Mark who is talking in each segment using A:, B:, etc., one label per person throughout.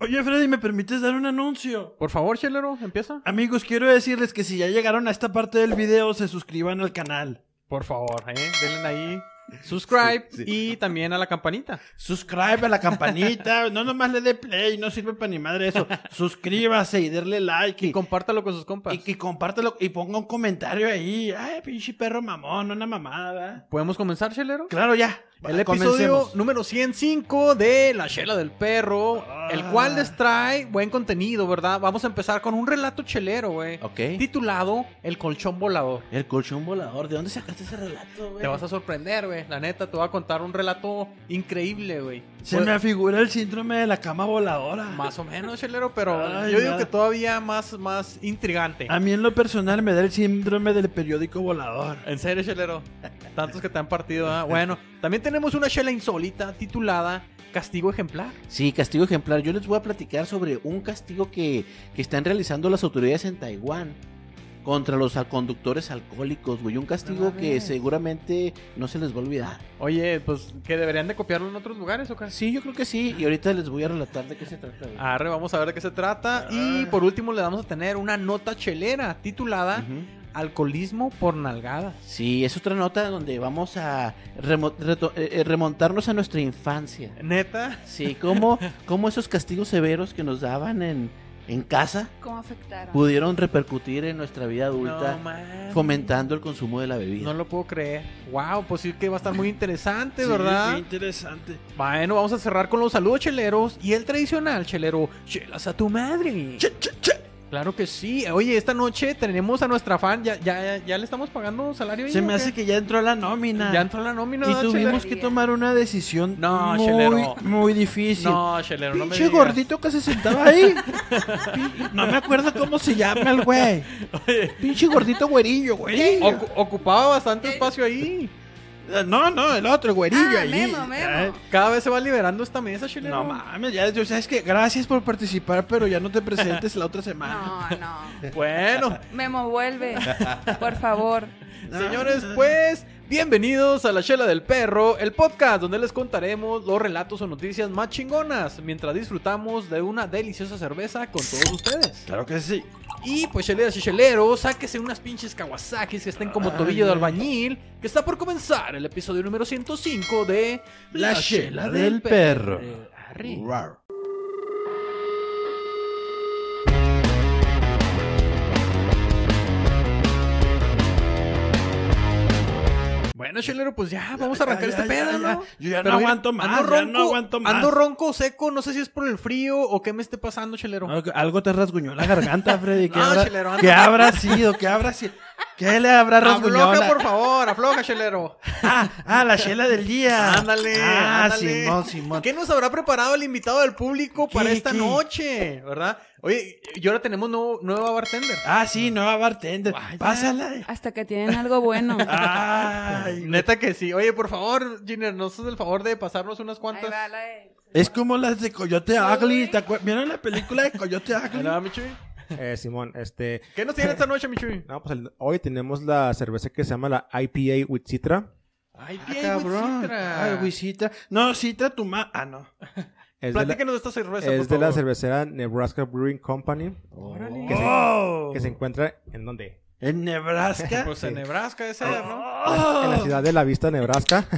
A: Oye, Freddy, ¿me permites dar un anuncio?
B: Por favor, Chelero, empieza.
A: Amigos, quiero decirles que si ya llegaron a esta parte del video, se suscriban al canal.
B: Por favor, ¿eh? denle ahí. Subscribe y también a la campanita.
A: Suscribe a la campanita, no nomás le dé play, no sirve para ni madre eso. Suscríbase y darle like.
B: Y compártalo con sus compas.
A: Y, y compártelo y ponga un comentario ahí. Ay, pinche perro mamón, una mamada. ¿verdad?
B: ¿Podemos comenzar, Chelero?
A: Claro, ya.
B: El episodio número 105 de La Chela del Perro,
A: Ah.
B: el cual les trae buen contenido, ¿verdad? Vamos a empezar con un relato chelero, güey.
A: Ok.
B: Titulado El colchón volador.
A: El colchón volador, ¿de dónde sacaste ese relato, güey?
B: Te vas a sorprender, güey. La neta, te voy a contar un relato increíble, güey.
A: Se
B: Pues,
A: me afigura el síndrome de la cama voladora.
B: Más o menos, chelero, pero
A: Ay,
B: yo digo
A: nada.
B: que todavía más, más intrigante.
A: A mí en lo personal me da el síndrome del periódico volador.
B: En serio, chelero. Tantos que te han partido, ¿ah? Bueno, también tenemos una chela insólita titulada Castigo Ejemplar.
C: Sí, castigo ejemplar. Yo les voy a platicar sobre un castigo que, que están realizando las autoridades en Taiwán contra los al- conductores alcohólicos, güey. Un castigo que
B: mames.
C: seguramente no se les va a olvidar.
B: Oye, pues que deberían de copiarlo en otros lugares, ¿o qué?
C: Sí, yo creo que sí. Y ahorita les voy a relatar de qué se trata. güey.
B: Arre, vamos a ver de qué se trata. Y por último le vamos a tener una nota chelera titulada
C: Ujú.
B: Alcoholismo por nalgadas.
C: Sí, es otra nota donde vamos a remo- reto- eh, eh, remontarnos a nuestra infancia.
B: Neta.
C: Sí, cómo, cómo esos castigos severos que nos daban en, en casa
D: ¿Cómo
B: Pues,
D: afectaron?
C: pudieron repercutir en nuestra vida
B: No,
C: adulta,
B: man.
C: fomentando el consumo de la bebida.
B: No lo puedo creer. Wow, pues sí que va a estar muy interesante, ¿verdad?
A: qué interesante.
B: Bueno, vamos a cerrar con los saludos cheleros y el tradicional chelero, chelas a tu madre. Claro que sí. Oye, esta noche tenemos a nuestra fan. ¿Ya, ya, ya le estamos pagando salario? ahí,
A: Se
B: o
A: me
B: qué?
A: hace que ya entró a la nómina.
B: Ya entró la nómina.
A: y
B: ¿verdad,
A: tuvimos
B: chelero?
A: que tomar una decisión
B: No,
A: muy,
B: chelero.
A: muy difícil.
B: No, chelero, no me
A: Pinche
B: digas.
A: gordito que se sentaba ahí. Pin- no me acuerdo cómo se llama el güey. Pinche gordito güerillo, güey.
B: Ocu- ocupaba bastante espacio ahí.
A: No, no, el otro güerillo
D: Ah,
A: ahí.
D: Memo, Memo.
A: Ay,
B: Eh, Cada vez se va liberando esta mesa, chelero.
A: No mames, ya, o sea, es que gracias por participar, pero ya no te presentes la otra semana.
B: Ah,
D: No,
B: eh.
D: no.
B: Bueno,
D: Memo, vuelve. Por favor.
B: señores, pues bienvenidos a La Chela del Perro, el podcast donde les contaremos los relatos o noticias más chingonas mientras disfrutamos de una deliciosa cerveza con todos ustedes.
A: Claro que sí.
B: Y pues, cheleras y cheleros, sáquese unas pinches kawasakis que estén como tobillo de albañil, que está por comenzar el episodio número 105 de
A: La Chela del Perro.
B: Eh, arre.
A: Rar.
B: Bueno, chelero, pues ya, vamos a arrancar
A: ya,
B: este
A: ya,
B: pedo,
A: ya.
B: ¿no?
A: Yo ya no
B: Pero mira,
A: aguanto más,
B: ando
A: ya no aguanto más.
B: Ando ronco, seco, no sé si es por el frío o qué me esté pasando, chelero.
A: Algo- Algo te rasguñó la garganta, Freddy. ¿Qué,
B: No,
A: habrá,
B: chelero, anda.
A: ¿qué habrá sido? ¿Qué habrá sido? ¿Qué le habrá rasguñado?
B: afloja,
A: la-
B: por favor, afloja, chelero.
A: Ah, ah, la chela del día.
B: Ándale,
A: Ah,
B: ándale.
A: Simón, Simón.
B: ¿Qué nos habrá preparado el invitado del público para
A: ¿Qué,
B: esta
A: qué?
B: noche? ¿Verdad? Oye, y ahora tenemos nuevo- nueva bartender.
A: Ah, sí, nueva bartender. Pásala.
D: Hasta que tienen algo bueno.
B: Ah,
A: Ay, güey.
B: Neta que sí. Oye, por favor, Giner, nos haces el favor de pasarnos unas
D: Ahí
B: cuantas.
D: va la de-
A: es como las de Coyote Ugly. ¿Te acuer- ¿Vieron la película de Coyote Ugly?
B: ¿Verdad, Michuy?
E: Eh, Simón, este.
B: ¿Qué nos tiene esta noche, Michuy?
E: No, pues el- hoy tenemos la cerveza que se llama la IPA with Citra.
B: Ay,
A: Ah,
B: bien,
A: cabrón. Ay, güey, Citra. No, Citra tu ma... Ah, no.
E: Es de la,
B: Platíquenos de esta cerveza,
E: es
B: por
E: de la
B: favor.
E: cervecera Nebraska Brewing Company. Que, se,
A: ¡Oh!
E: que se encuentra en dónde?
A: En Nebraska.
B: Pues en
E: Sí.
B: Nebraska, esa, ¿no?
A: Oh.
E: En la ciudad de La Vista, Nebraska.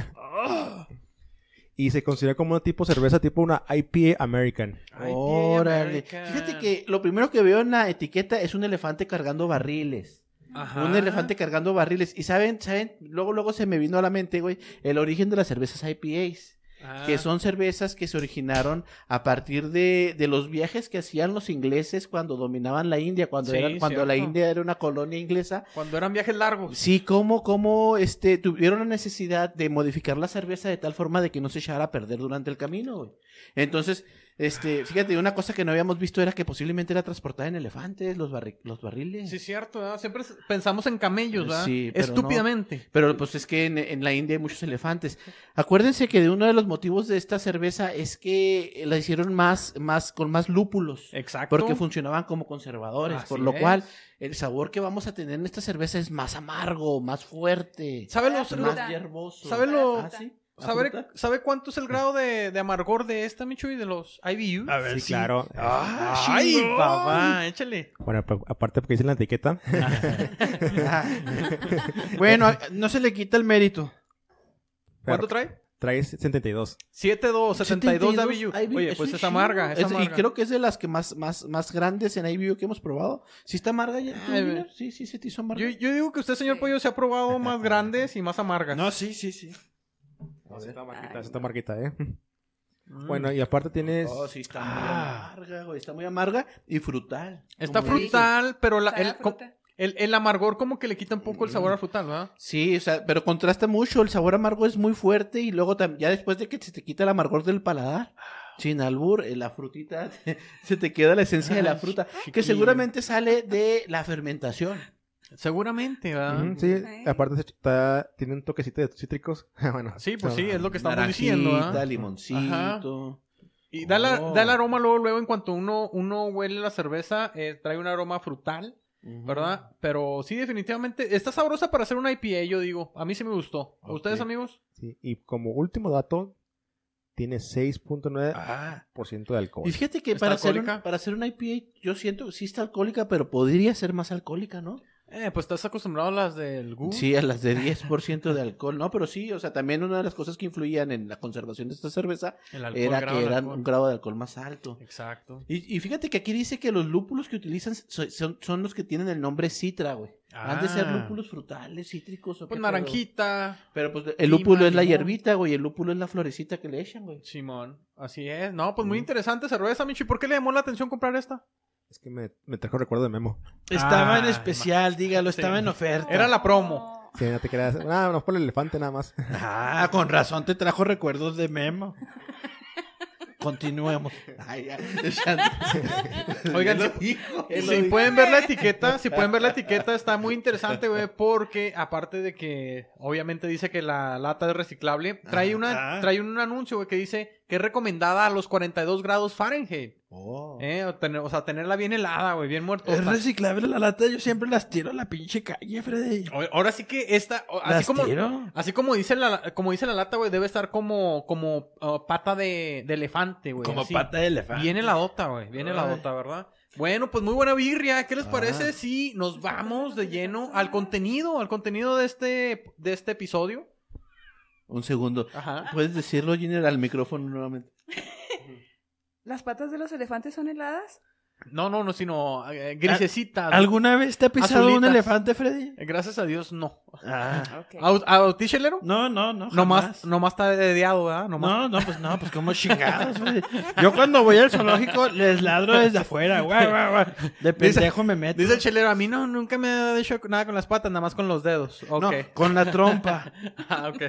E: y se considera como un tipo cerveza, tipo una IPA American.
B: Ay,
C: Órale.
B: bien, American.
C: Fíjate que lo primero que veo en la etiqueta es un elefante cargando barriles.
B: Ajá.
C: Un elefante cargando barriles. Y saben, saben, luego, luego se me vino a la mente, güey, el origen de las cervezas IPAs.
B: Ah.
C: Que son cervezas que se originaron a partir de, de los viajes que hacían los ingleses cuando dominaban la India, cuando,
B: Sí,
C: eran- cuando la
B: cierto.
C: India era una colonia inglesa.
B: Cuando eran viajes largos.
C: Sí, cómo, cómo este, tuvieron la necesidad de modificar la cerveza de tal forma de que no se echara a perder durante el camino, güey. Entonces, este, fíjate, una cosa que no habíamos visto era que posiblemente era transportada en elefantes, los, barri- los barriles.
B: Sí, cierto, ¿verdad? Siempre s- pensamos en camellos, ¿verdad?
C: Sí, pero no.
B: Estúpidamente.
C: Pero pues es que en, en la India hay muchos elefantes. Acuérdense que de uno de los motivos de esta cerveza es que la hicieron más, más, con más lúpulos.
B: Exacto.
C: Porque funcionaban como conservadores,
B: Así
C: por lo
B: es.
C: cual el sabor que vamos a tener en esta cerveza es más amargo, más fuerte.
B: ¿Saben los,
D: Fruta.
B: los-
C: Más hierboso.
B: ¿Saben lo-
C: Ah, sí?
B: ¿Sabe,
C: fruta?
B: sabe cuánto es el grado de, de amargor de esta, Michuy, de los IBU?
A: A ver,
E: Sí,
A: si-
E: claro.
B: Ah, ¡Ay,
A: chingón.
B: papá! Échale.
E: Bueno, pero aparte porque dice en la etiqueta.
C: Bueno, a- no se le quita el mérito.
B: ¿Cuánto trae?
E: Traes 72.
B: 7.2, 72 de
C: 72
B: IBU. Oye,
C: es
B: pues
C: un
B: es amarga,
C: chingo.
B: es
C: Es-
B: amarga.
C: Y creo que es de las que más, más, más grandes en IBU que hemos probado. Si está amarga ya. tú,
B: Ay,
C: Miner?
B: güey.
C: sí, sí, se te hizo amarga.
B: Yo, yo digo que usted, señor
D: Sí.
B: Pollo, se ha probado más grandes y más amargas.
A: No, sí, sí, sí.
E: Esta marquita, esta marquita, ¿eh? Bueno, y aparte tienes...
C: Oh, sí, está
A: Ah.
C: muy amarga, güey. Está muy amarga y frutal.
B: Está
C: Como
B: frutal, pero la-
D: Sabe a
B: el, com-
D: fruta.
B: el, el amargor como que le quita un poco el sabor a frutal, ¿verdad?
C: Sí, o sea, pero contrasta mucho, el sabor amargo es muy fuerte y luego tam- ya después de que se te quita el amargor del paladar,
B: Ah.
C: sin albur, eh, la frutita, se te queda la esencia de la fruta, que seguramente sale de la fermentación.
B: Seguramente, ¿verdad?
E: Ujú, sí,
D: Ok.
E: aparte se- está- tiene un toquecito de cítricos. bueno,
B: Sí, pues
E: no,
B: sí,
E: no.
B: es lo que estamos diciendo,
C: Naranjita,
B: ¿verdad?
C: limoncito.
B: Y da, la-
C: Oh.
B: da el aroma luego, luego en cuanto uno, uno huele la cerveza, eh, trae un aroma frutal,
C: Ujú.
B: ¿verdad? Pero sí, definitivamente, está sabrosa para hacer una IPA, yo digo. A mí sí me gustó. ¿A ¿Ustedes,
E: Ok.
B: amigos?
E: Sí, Y como último dato, tiene 6.9%
B: Ah.
E: de alcohol.
C: Y fíjate que
B: ¿Está
C: para hacer, un-
B: alcohólica?
C: para hacer una IPA, yo siento que sí está alcohólica, pero podría ser más alcohólica, ¿no?
B: Eh, pues estás acostumbrado a las del Gu.
C: Sí, a las de 10% de alcohol, ¿no? Pero sí, o sea, también una de las cosas que influían en la conservación de esta cerveza
B: El alcohol,
C: era
B: grado
C: que
B: de
C: eran
B: alcohol.
C: un grado de alcohol más alto.
B: Exacto.
C: Y, y fíjate que aquí dice que los lúpulos que utilizan so- son, son los que tienen el nombre citra, güey. Han de ser
B: Ah.
C: lúpulos frutales, cítricos o
B: Pues
C: qué
B: naranjita.
C: pedo. Pero pues
B: lima,
C: el lúpulo es la
B: limón.
C: hierbita, güey. El lúpulo es la florecita que le echan, güey.
B: Simón, así es. No, pues muy
C: Mm.
B: interesante cerveza, Michi. ¿Por qué le llamó la atención comprar esta?
E: Es que me, me trajo recuerdo de Memo.
C: Estaba en
B: ma-
C: especial, dígalo, estaba en oferta.
B: Era la promo.
E: Sí, no te creas. Ah, nos pone el elefante nada más.
A: Ah, con razón te trajo recuerdos de Memo. Continuemos.
C: Ay, ya, ya.
B: Oigan,
C: Ya
B: sí-
C: dijo, ya
B: Si
C: lo dijo.
B: pueden ver la etiqueta, si pueden ver la etiqueta, está muy interesante, güey, porque aparte de que obviamente dice que la lata es reciclable, trae, una,
A: Ajá.
C: Ah.
B: trae un anuncio, güey, que dice que es recomendada a los 42 grados Fahrenheit.
C: Oh.
B: ¿eh? O, tener- o sea, tenerla bien helada, güey, bien muerta.
A: Es reciclable la lata, yo siempre las tiro a la pinche calle, Freddy.
B: Ahora sí que esta, o- así
A: Las
B: como,
A: tiro.
B: Así como dice la, como dice la lata, güey, debe estar como, como uh, pata de, de elefante, güey.
A: Como
B: así.
A: pata de elefante.
B: Viene la dota, güey. Viene la dota, ¿verdad? Bueno, pues muy buena birria. ¿Qué les parece si nos vamos de lleno al contenido, al contenido de este, de este episodio?
C: Un segundo.
B: Ajá.
C: ¿Puedes decirlo, Giner, al micrófono nuevamente?
D: ¿Las patas de los elefantes son heladas?
B: No, no, no, sino eh, grisecitas.
A: ¿Alguna vez te ha pisado un
B: Azulitas. Ah.
A: elefante, Freddy?
B: Eh, Gracias a Dios, no.
D: Ok.
B: ¿A, u- a ti, Chelero?
A: No, no, no.
B: Nomás,
A: jamás.
B: nomás está dediado, ¿verdad? Nomás.
A: No, no, pues no, pues como chingados, güey. Yo cuando voy al zoológico les ladro desde afuera, güey, güey, güey. De pendejo me meto.
B: Dice el Chelero, a mí no, nunca me ha hecho nada con las patas, nada más con los dedos. Ok.
A: No, con la trompa.
B: Ah, ok.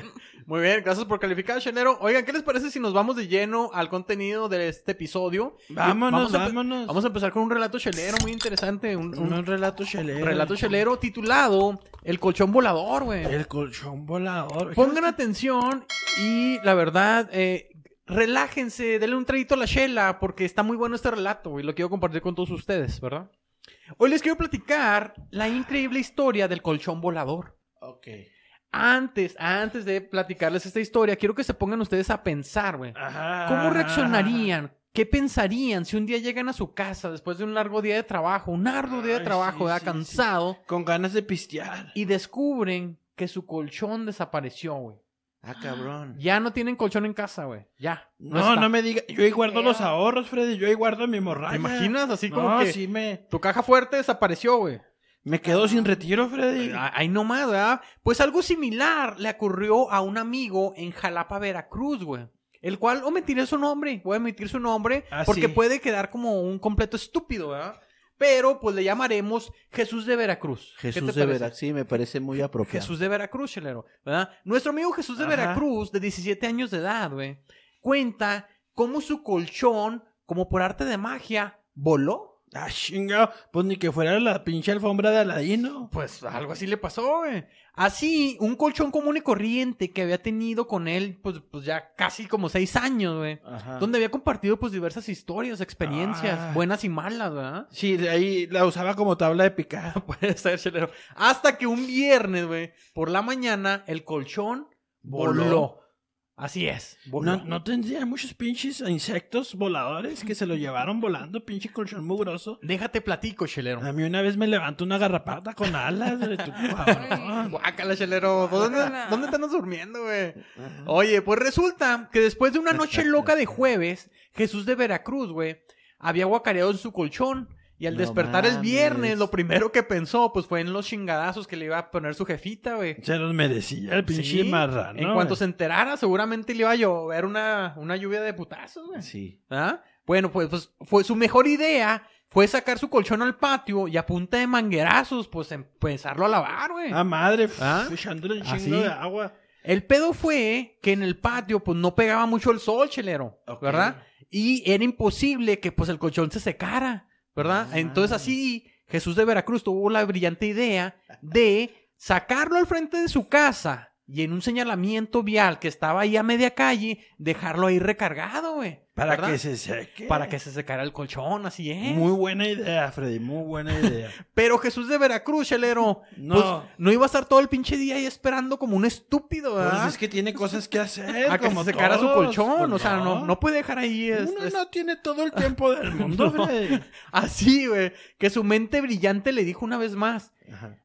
B: Muy bien, gracias por calificar, Chenero. Oigan, ¿qué les parece si nos vamos de lleno al contenido de este episodio? Y
A: Vámonos,
B: vamos a empe-
A: vámonos.
B: Vamos a empezar con un relato chelero muy interesante, un, un
A: Un relato chelero.
B: relato chelero titulado El colchón volador, güey.
A: El colchón volador.
B: Pongan atención y la verdad, eh, relájense, denle un traguito a la chela porque está muy bueno este relato y lo quiero compartir con todos ustedes, ¿verdad? Hoy les quiero platicar la increíble historia del colchón volador.
C: Ok.
B: Antes, antes de platicarles esta historia, quiero que se pongan ustedes a pensar, güey.
A: Ajá.
B: ¿Cómo reaccionarían? ¿Qué pensarían si un día llegan a su casa después de un largo día de trabajo, un arduo día de
A: Ay,
B: trabajo,
A: sí,
B: ya
A: sí,
B: cansado,
A: Con ganas de pistear.
B: y descubren que su colchón desapareció, güey?
C: Ah, cabrón.
B: Ya no tienen colchón en casa, güey. Ya.
A: No,
B: está.
A: no me diga. Yo ahí guardo
D: Feo.
A: los ahorros, Freddy. Yo ahí guardo mi morralla.
B: ¿Te imaginas? Así como
A: No,
B: que
A: sí me...
B: tu caja fuerte desapareció, güey.
A: Me quedo sin retiro, Freddy.
B: Ah, Ahí nomás, ¿verdad? Pues algo similar le ocurrió a un amigo en Jalapa, Veracruz, güey. El cual omitiré su nombre, voy a omitir su nombre
A: Ah,
B: porque
A: sí.
B: puede quedar como un completo estúpido, ¿verdad? Pero pues le llamaremos Jesús de Veracruz. ¿Qué te
C: Jesús de
B: parece?
C: Veracruz, sí, me parece muy apropiado.
B: Jesús de Veracruz, chelero, ¿verdad? Nuestro amigo Jesús de
A: Ajá.
B: Veracruz, de 17 años de edad, güey, cuenta cómo su colchón, como por arte de magia, voló.
A: Ah, chingado. Pues ni que fuera la pinche alfombra de Aladino.
B: Pues algo así le pasó, güey. Así, un colchón común y corriente que había tenido con él, pues, pues ya casi como seis años, güey.
A: Ajá.
B: Donde había compartido, pues, diversas historias, experiencias,
A: Ah.
B: buenas y malas, ¿verdad?
A: Sí, de ahí la usaba como tabla de picar.
B: Puede ser, chelero. Hasta que un viernes, güey, por la mañana, el colchón voló.
A: Voló.
B: Así es.
A: No, no tendría muchos pinches insectos voladores que se lo llevaron volando, pinche colchón mugroso.
B: Déjate platico, chelero.
A: A mí una vez me levantó una garrapata con alas de tu cabrón.
B: Guácala, chelero. Pues, ¿Dónde, dónde te andas durmiendo, güey? Oye, pues resulta que después de una noche loca de jueves, Jesús de Veracruz, güey, había guacareado en su colchón. Y al
C: No
B: despertar el
C: mames.
B: viernes, lo primero que pensó, pues fue en los chingadazos que le iba a poner su jefita, güey.
A: Se los merecía el pinche
B: Sí,
C: Ah,
A: marrano.
B: En cuanto
A: güey.
B: se enterara, seguramente le iba a llover una, una lluvia de putazos, güey.
C: Sí.
B: ¿Ah? Bueno, pues, pues, fue su mejor idea fue sacar su colchón al patio y a punta de manguerazos, pues empezarlo a lavar, güey.
A: Ah, madre,
B: ¿Ah?
A: ¿Ah? echándole un
B: ¿Ah,
A: chingo
B: sí?
A: de agua.
B: El pedo fue que en el patio, pues no pegaba mucho el sol, chelero, ¿verdad? Y era imposible que, pues, el colchón se secara, ¿verdad?
C: Ah.
B: Entonces, así, Jesús de Veracruz tuvo la brillante idea de sacarlo al frente de su casa y en un señalamiento vial que estaba ahí a media calle, dejarlo ahí recargado, güey.
A: Para
B: ¿verdad?
A: que se seque.
B: Para que se secara el colchón, así es.
A: Muy buena idea, Freddy, muy buena idea.
B: Pero Jesús de Veracruz, chelero, no.
A: No.
B: no iba a estar todo el pinche día ahí esperando como un estúpido,
A: Pues
B: ¿verdad?
A: es que tiene cosas que hacer.
B: a que
A: como
B: se Ah, secara su
A: todos,
B: colchón.
A: pues
B: o sea, no, no puede dejar ahí es-
A: Uno
B: es-
A: no tiene todo el tiempo del mundo,
B: No.
A: Freddy.
B: así, güey. Que su mente brillante le dijo una vez más.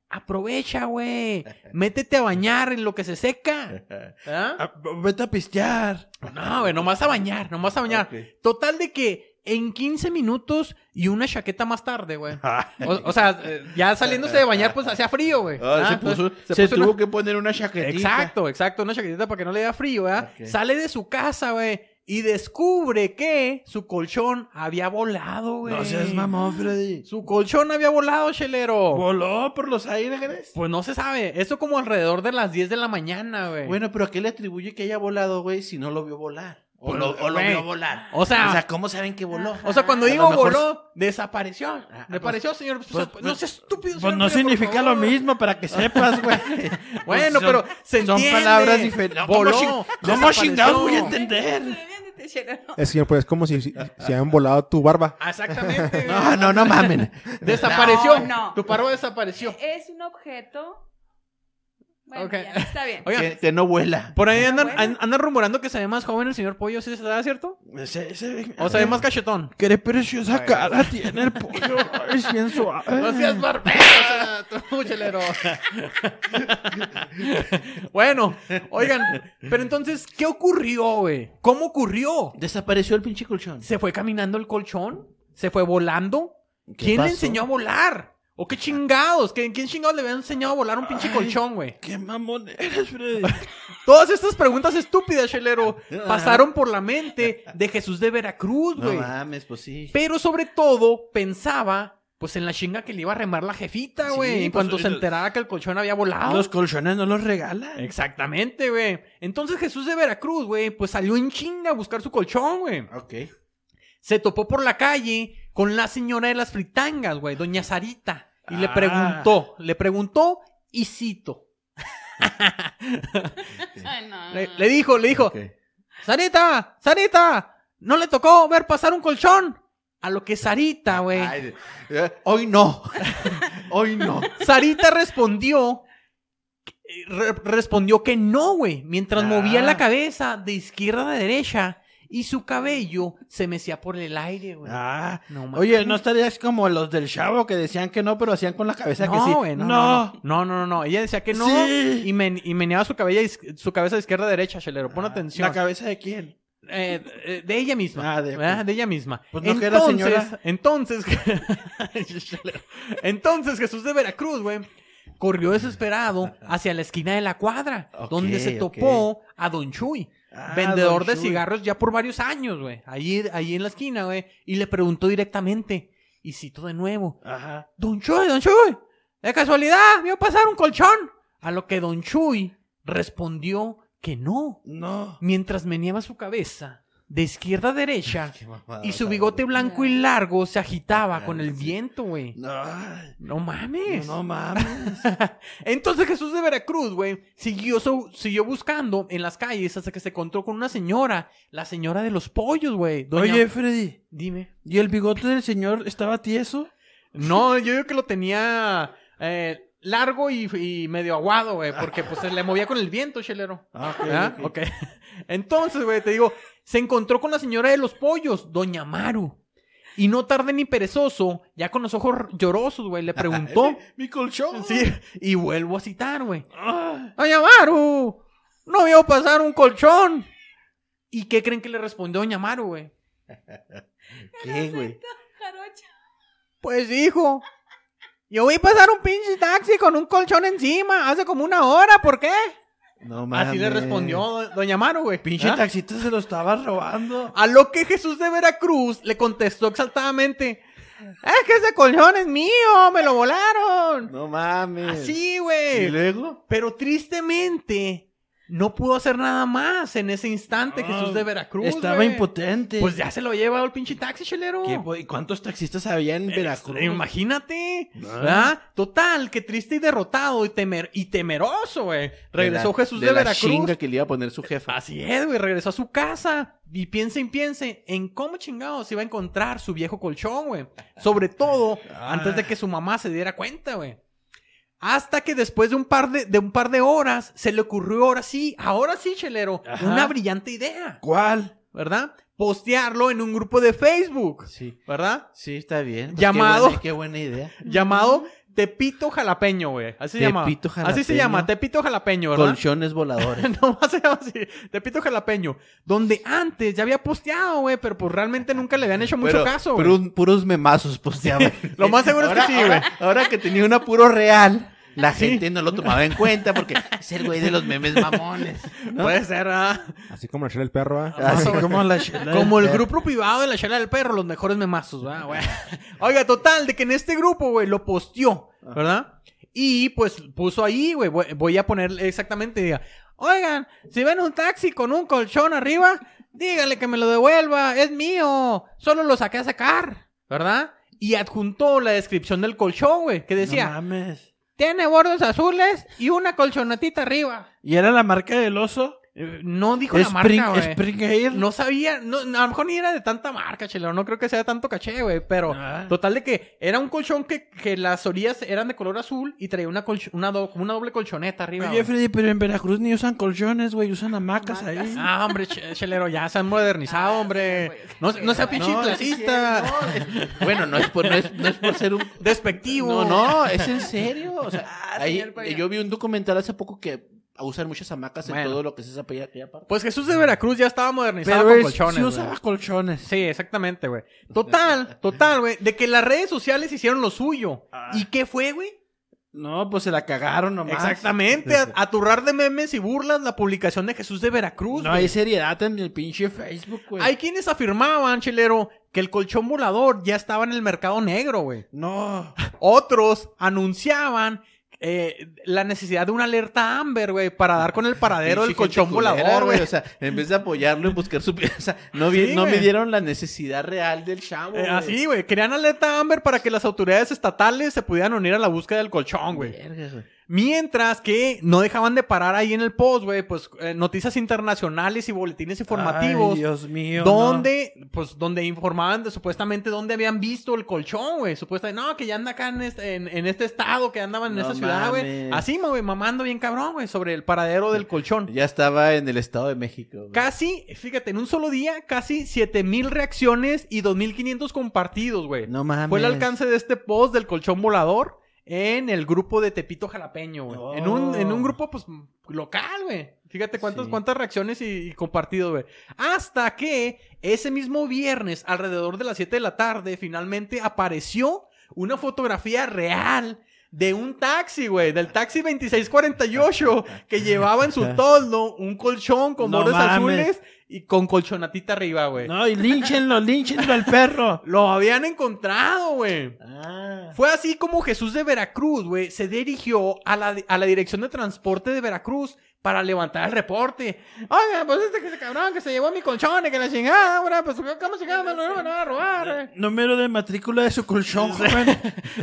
B: Aprovecha, güey. Métete a bañar en lo que se seca. ¿Ah?
A: Ah, Vete a pistear.
B: No, güey, nomás a bañar, nomás a bañar. Total de que en 15 minutos y una chaqueta más tarde, güey.
A: Ah,
B: O, o sea, eh, ya saliéndose de bañar, pues hacía frío, güey.
C: Ah,
B: Ah,
C: se puso,
B: entonces,
C: se,
B: puso una-
C: tuvo que poner una chaquetita.
B: Exacto, exacto, una chaquetita para que no le da frío, ¿verdad?
C: Ok.
B: Sale de su casa, güey, y descubre que su colchón había volado, güey.
A: No seas mamón, Freddy.
B: Su colchón había volado, chelero.
A: Voló por los aires.
B: pues no se sabe, eso como alrededor de las 10 de la mañana, güey.
C: Bueno, pero ¿a qué le atribuye que haya volado, güey, si no lo vio volar? O,
B: Pues,
C: lo, o lo
B: güey.
C: vio volar.
B: o sea,
C: O sea, ¿cómo saben que voló?
B: o sea, cuando
C: a lo
B: digo
C: mejor- Ah, pues,
B: voló, desapareció. Desapareció, señor. no sea estúpido,
A: Pues
B: señor,
A: no
B: por
A: significa lo
B: favor.
A: mismo, para que sepas, güey.
B: Bueno, pero se
C: pues, son
B: entiende.
C: palabras diferentes. No, ¿cómo
B: Voló.
C: ching-
A: ¿Cómo chingados voy a
B: desapareció.
A: entender?
E: Es que pues es como si, si, si han volado tu barba.
B: Ah, Exactamente. güey.
C: No, no, no mamen.
B: Desapareció.
D: No, no.
B: Tu paro desapareció.
D: Es un objeto. Bueno,
B: Ok.
D: ya, está bien.
B: Oigan,
C: que, que no vuela.
B: Por ahí andan,
D: Bueno.
B: an- andan rumorando que se ve más joven el señor Pollo, ¿sí se da cierto?
A: Se, se,
B: O se ve más cachetón.
A: Qué preciosa cara tiene el pollo. Es bien suave.
B: No seas barbero, o sea, tú, chelero. bueno, oigan, pero entonces, ¿qué ocurrió, güey? ¿Cómo ocurrió?
C: Desapareció el pinche colchón.
B: ¿Se fue caminando el colchón? ¿Se fue volando?
C: ¿Qué
B: ¿Quién le
C: pasó?
B: enseñó a volar? ¿O qué chingados? ¿Quién, quién chingados le había enseñado a volar un pinche colchón, güey?
A: Qué mamón eres, Freddy.
B: Todas estas preguntas estúpidas, chelero, pasaron por la mente de Jesús de Veracruz,
C: No
B: güey.
C: mames, pues sí.
B: Pero sobre todo pensaba, pues en la chinga que le iba a remar la jefita,
A: Sí,
B: güey. en
A: pues,
B: cuanto se
A: los-
B: enteraba que el colchón había volado.
A: Ah, Los colchones no los regalan.
B: Exactamente, güey. Entonces Jesús de Veracruz, güey, pues salió en chinga a buscar su colchón, güey.
C: Ok.
B: Se topó por la calle con la señora de las fritangas, güey, doña Sarita. Y le
A: Ah.
B: preguntó, le preguntó y cito.
D: Ay, no.
B: Le, le dijo, le dijo,
C: Ok.
B: Sarita, Sarita, ¿no le tocó ver pasar un colchón? A lo que Sarita, güey.
C: Ay, eh, hoy no. hoy no.
B: Sarita respondió. re- respondió que no, güey. Mientras
A: Ah.
B: movía la cabeza de izquierda a derecha y su cabello se mecía por el aire, güey.
A: Ah.
B: No, mames.
A: Oye, no estarías como los del chavo que decían que no, pero hacían con la cabeza que sí.
B: No, güey, no, no, no, no, no, no. Ella decía que no
A: Sí.
B: y, men- y meneaba su, cabello, iz- su cabeza de izquierda a derecha, Chelero. Pon
A: Ah,
B: atención.
A: ¿La cabeza de quién?
B: Eh, eh, de ella misma.
A: Ah, de-
B: ¿verdad? ella misma.
A: Pues no que era señora.
B: Entonces, entonces Jesús de Veracruz, güey, corrió desesperado hacia la esquina de la cuadra,
C: Ok,
B: donde se
C: ok.
B: topó a Don Chuy,
A: Ah,
B: vendedor
A: don
B: de
A: Chuy.
B: cigarros ya por varios años, güey. Allí, allí en la esquina, güey. Y le preguntó directamente, y cito de nuevo,
A: Ajá.
B: Don Chuy, Don Chuy, de casualidad, vio pasar un colchón. A lo que Don Chuy respondió que no
A: No.
B: mientras meneaba su cabeza de izquierda a derecha
C: Qué mamada,
B: y su
C: cabrón.
B: bigote blanco y largo se agitaba con el viento, güey.
A: No. ay,
B: No mames.
A: No mames.
B: Entonces Jesús de Veracruz, güey, siguió, so- siguió buscando en las calles hasta que se encontró con una señora, la señora de los pollos, güey. Doña-
A: Oye, Freddy,
B: dime.
A: ¿y el bigote del señor estaba tieso?
B: No, yo digo que lo tenía eh, largo y, y medio aguado, güey, porque pues se le movía con el viento, chelero.
C: Ah, ok,
B: ¿Ah?
C: ok.
B: Ok. Entonces, güey, te digo, se encontró con la señora de los pollos, Doña Maru. Y no tarde ni perezoso, ya con los ojos llorosos, güey, le preguntó.
C: Mi colchón. Ah.
B: Sí, y vuelvo a citar, güey. Doña Maru, no veo pasar un colchón. ¿Y qué creen que le respondió Doña Maru, güey?
C: ¿Qué, güey?
D: Jarocha.
B: Pues dijo, yo vi pasar un pinche taxi con un colchón encima hace como una hora, ¿por qué?
C: No mames.
B: Así le respondió do- Doña Maru, güey.
C: Pinche
B: ¿Ah?
C: taxista se lo estaba robando.
B: A lo que Jesús de Veracruz le contestó exaltadamente, es que ese colchón es mío, me lo volaron.
C: No mames.
B: Así,
C: ¿Y
B: güey.
C: luego?
B: Pero tristemente, no pudo hacer nada más en ese instante
C: Ah,
B: Jesús de Veracruz.
C: Estaba
B: güey.
C: impotente.
B: Pues ya se lo lleva el pinche taxi, chelero.
C: ¿Qué, po- ¿Y cuántos taxistas había en Veracruz?
B: Imagínate.
C: Ah.
B: ¿verdad? Total, que triste y derrotado y, temer y temeroso, güey. Regresó
C: la-
B: Jesús de,
C: la
B: Veracruz.
C: chinga que le iba a poner su jefe.
B: Así es, güey. Regresó a su casa y piense y piense en cómo chingados iba a encontrar su viejo colchón, güey. Sobre todo
C: Ah.
B: antes de que su mamá se diera cuenta, güey. Hasta que después de un par de, de un par de horas se le ocurrió ahora sí, ahora sí, chelero,
C: Ajá.
B: una brillante idea,
C: ¿Cuál?
B: ¿verdad? Postearlo en un grupo de Facebook,
C: Sí,
B: ¿verdad?
C: sí, está bien. Pues
B: Llamado.
C: Qué buena, qué buena idea.
B: Llamado Tepito Jalapeño, güey. Así se llama.
C: Tepito
B: Así se
C: Jalapeño.
B: llama, Tepito Jalapeño, ¿verdad?
C: Colchones voladores.
B: no más se llama así, Tepito Jalapeño, donde antes ya había posteado, güey, pero pues realmente nunca le habían hecho mucho
C: Pero-
B: caso, güey.
C: pero un- puros memazos posteaban.
B: Lo más seguro es que
C: Ahora-
B: sí, güey.
C: Ahora, ahora que tenía un apuro real, la gente no lo tomaba en cuenta porque es el güey de los memes mamones. ¿no?
B: Puede ser, ¿verdad?
E: Así como el perro, ¿ah?
C: Así como la chela del
B: Como el
C: perro.
B: grupo privado de la charla del perro, los mejores memazos, ¿verdad, güey? Oiga, total, de que en este grupo, güey, lo posteó,
C: Ah.
B: ¿verdad? Y pues puso ahí, güey, voy- voy a poner exactamente, diga, oigan, si ven un taxi con un colchón arriba, díganle que me lo devuelva, es mío, solo lo saqué a sacar, ¿verdad? Y adjuntó la descripción del colchón, güey, que
C: No
B: decía,
C: mames.
B: tiene bordes azules y una colchonatita arriba.
C: ¿Y era la marca del oso?
B: Eh, No dijo la
C: Spring,
B: marca, güey.
C: Spring Air.
B: No sabía, no, a lo mejor ni era de tanta marca, chelo. No creo que sea de tanto caché, güey. Pero
C: Ah.
B: total de que era un colchón que, que las orillas eran de color azul y traía una, colch- una, do- como una doble colchoneta arriba.
C: Oye,
B: güey.
C: Freddy, pero en Veracruz ni usan colchones, güey, usan hamacas
D: Hamacas.
C: ahí.
B: Ah, hombre, che- chelero, ya se han modernizado,
D: Ah, sí,
B: hombre.
D: güey.
B: No, no sea pinche
C: No,
B: clasista,
C: Bueno, no es por, no es, no es por ser un...
B: despectivo.
C: No, no, es en serio. O sea,
B: Ah,
C: ahí,
D: ah, señor Peña.
C: yo vi un documental hace poco que usan muchas hamacas en
B: Bueno.
C: todo lo que es esa pe- aquella parte.
B: Pues Jesús de Veracruz ya estaba modernizado
C: Pero
B: con
C: él
B: colchones.
C: Pues, sí
B: güey.
C: usaba colchones.
B: Sí, exactamente, güey. Total, total, güey. De que las redes sociales hicieron lo suyo.
C: Ah.
B: ¿Y qué fue, güey?
C: No, pues se la cagaron nomás.
B: Exactamente, a- aturrar de memes y burlas la publicación de Jesús de Veracruz.
C: No
B: güey.
C: hay seriedad en el pinche Facebook, güey.
B: Hay quienes afirmaban, chelero, que el colchón volador ya estaba en el mercado negro, güey.
C: No.
B: Otros anunciaban eh, la necesidad de una alerta Amber, güey, para dar con el paradero del
C: Pinche
B: colchón
C: gente culera,
B: volador, güey.
C: O sea, en vez de apoyarlo en buscar su pieza, no,
B: Sí,
C: vi- no
B: güey.
C: me dieron la necesidad real del chavo.
B: Eh,
C: güey.
B: así, güey. Querían alerta Amber para que las autoridades estatales se pudieran unir a la búsqueda del colchón, güey.
C: Verga, güey.
B: Mientras que no dejaban de parar ahí en el post, güey, pues eh, noticias internacionales y boletines informativos.
C: Ay, Dios mío.
B: donde, pues, donde informaban de supuestamente dónde habían visto el colchón, güey. Supuestamente, no, que ya anda acá en este, en, en este estado, que andaban en
C: No
B: esta ciudad, güey.
C: mames.
B: Así, güey, mamando bien cabrón, güey, sobre el paradero del
C: no.
B: colchón.
C: Ya estaba en el Estado de México. güey.
B: Casi, fíjate, en un solo día, casi 7000 reacciones y 2500 compartidos, güey.
C: No mames.
B: Fue el alcance de este post del colchón volador en el grupo de Tepito Jalapeño, güey.
C: Oh.
B: En, un, en un grupo, pues, local, güey. Fíjate cuántas,
C: Sí.
B: cuántas reacciones y, y compartido, güey. Hasta que ese mismo viernes, alrededor de las 7 de la tarde, finalmente apareció una fotografía real de un taxi, güey. Del taxi 2648 que llevaba en su toldo un colchón con
C: No
B: bordes
C: mames.
B: azules y con colchonatita arriba, güey.
C: No, y línchenlo, línchenlo al perro.
B: Lo habían encontrado, güey.
C: Ah.
B: Fue así como Jesús de Veracruz, güey, se dirigió a la, a la Dirección de Transporte de Veracruz para levantar el reporte. Oiga, pues este que se cabrón que se llevó mi colchón y que la chingada, ahora pues cómo chingada me lo van a robar.
A: Número de matrícula de su colchón, joven.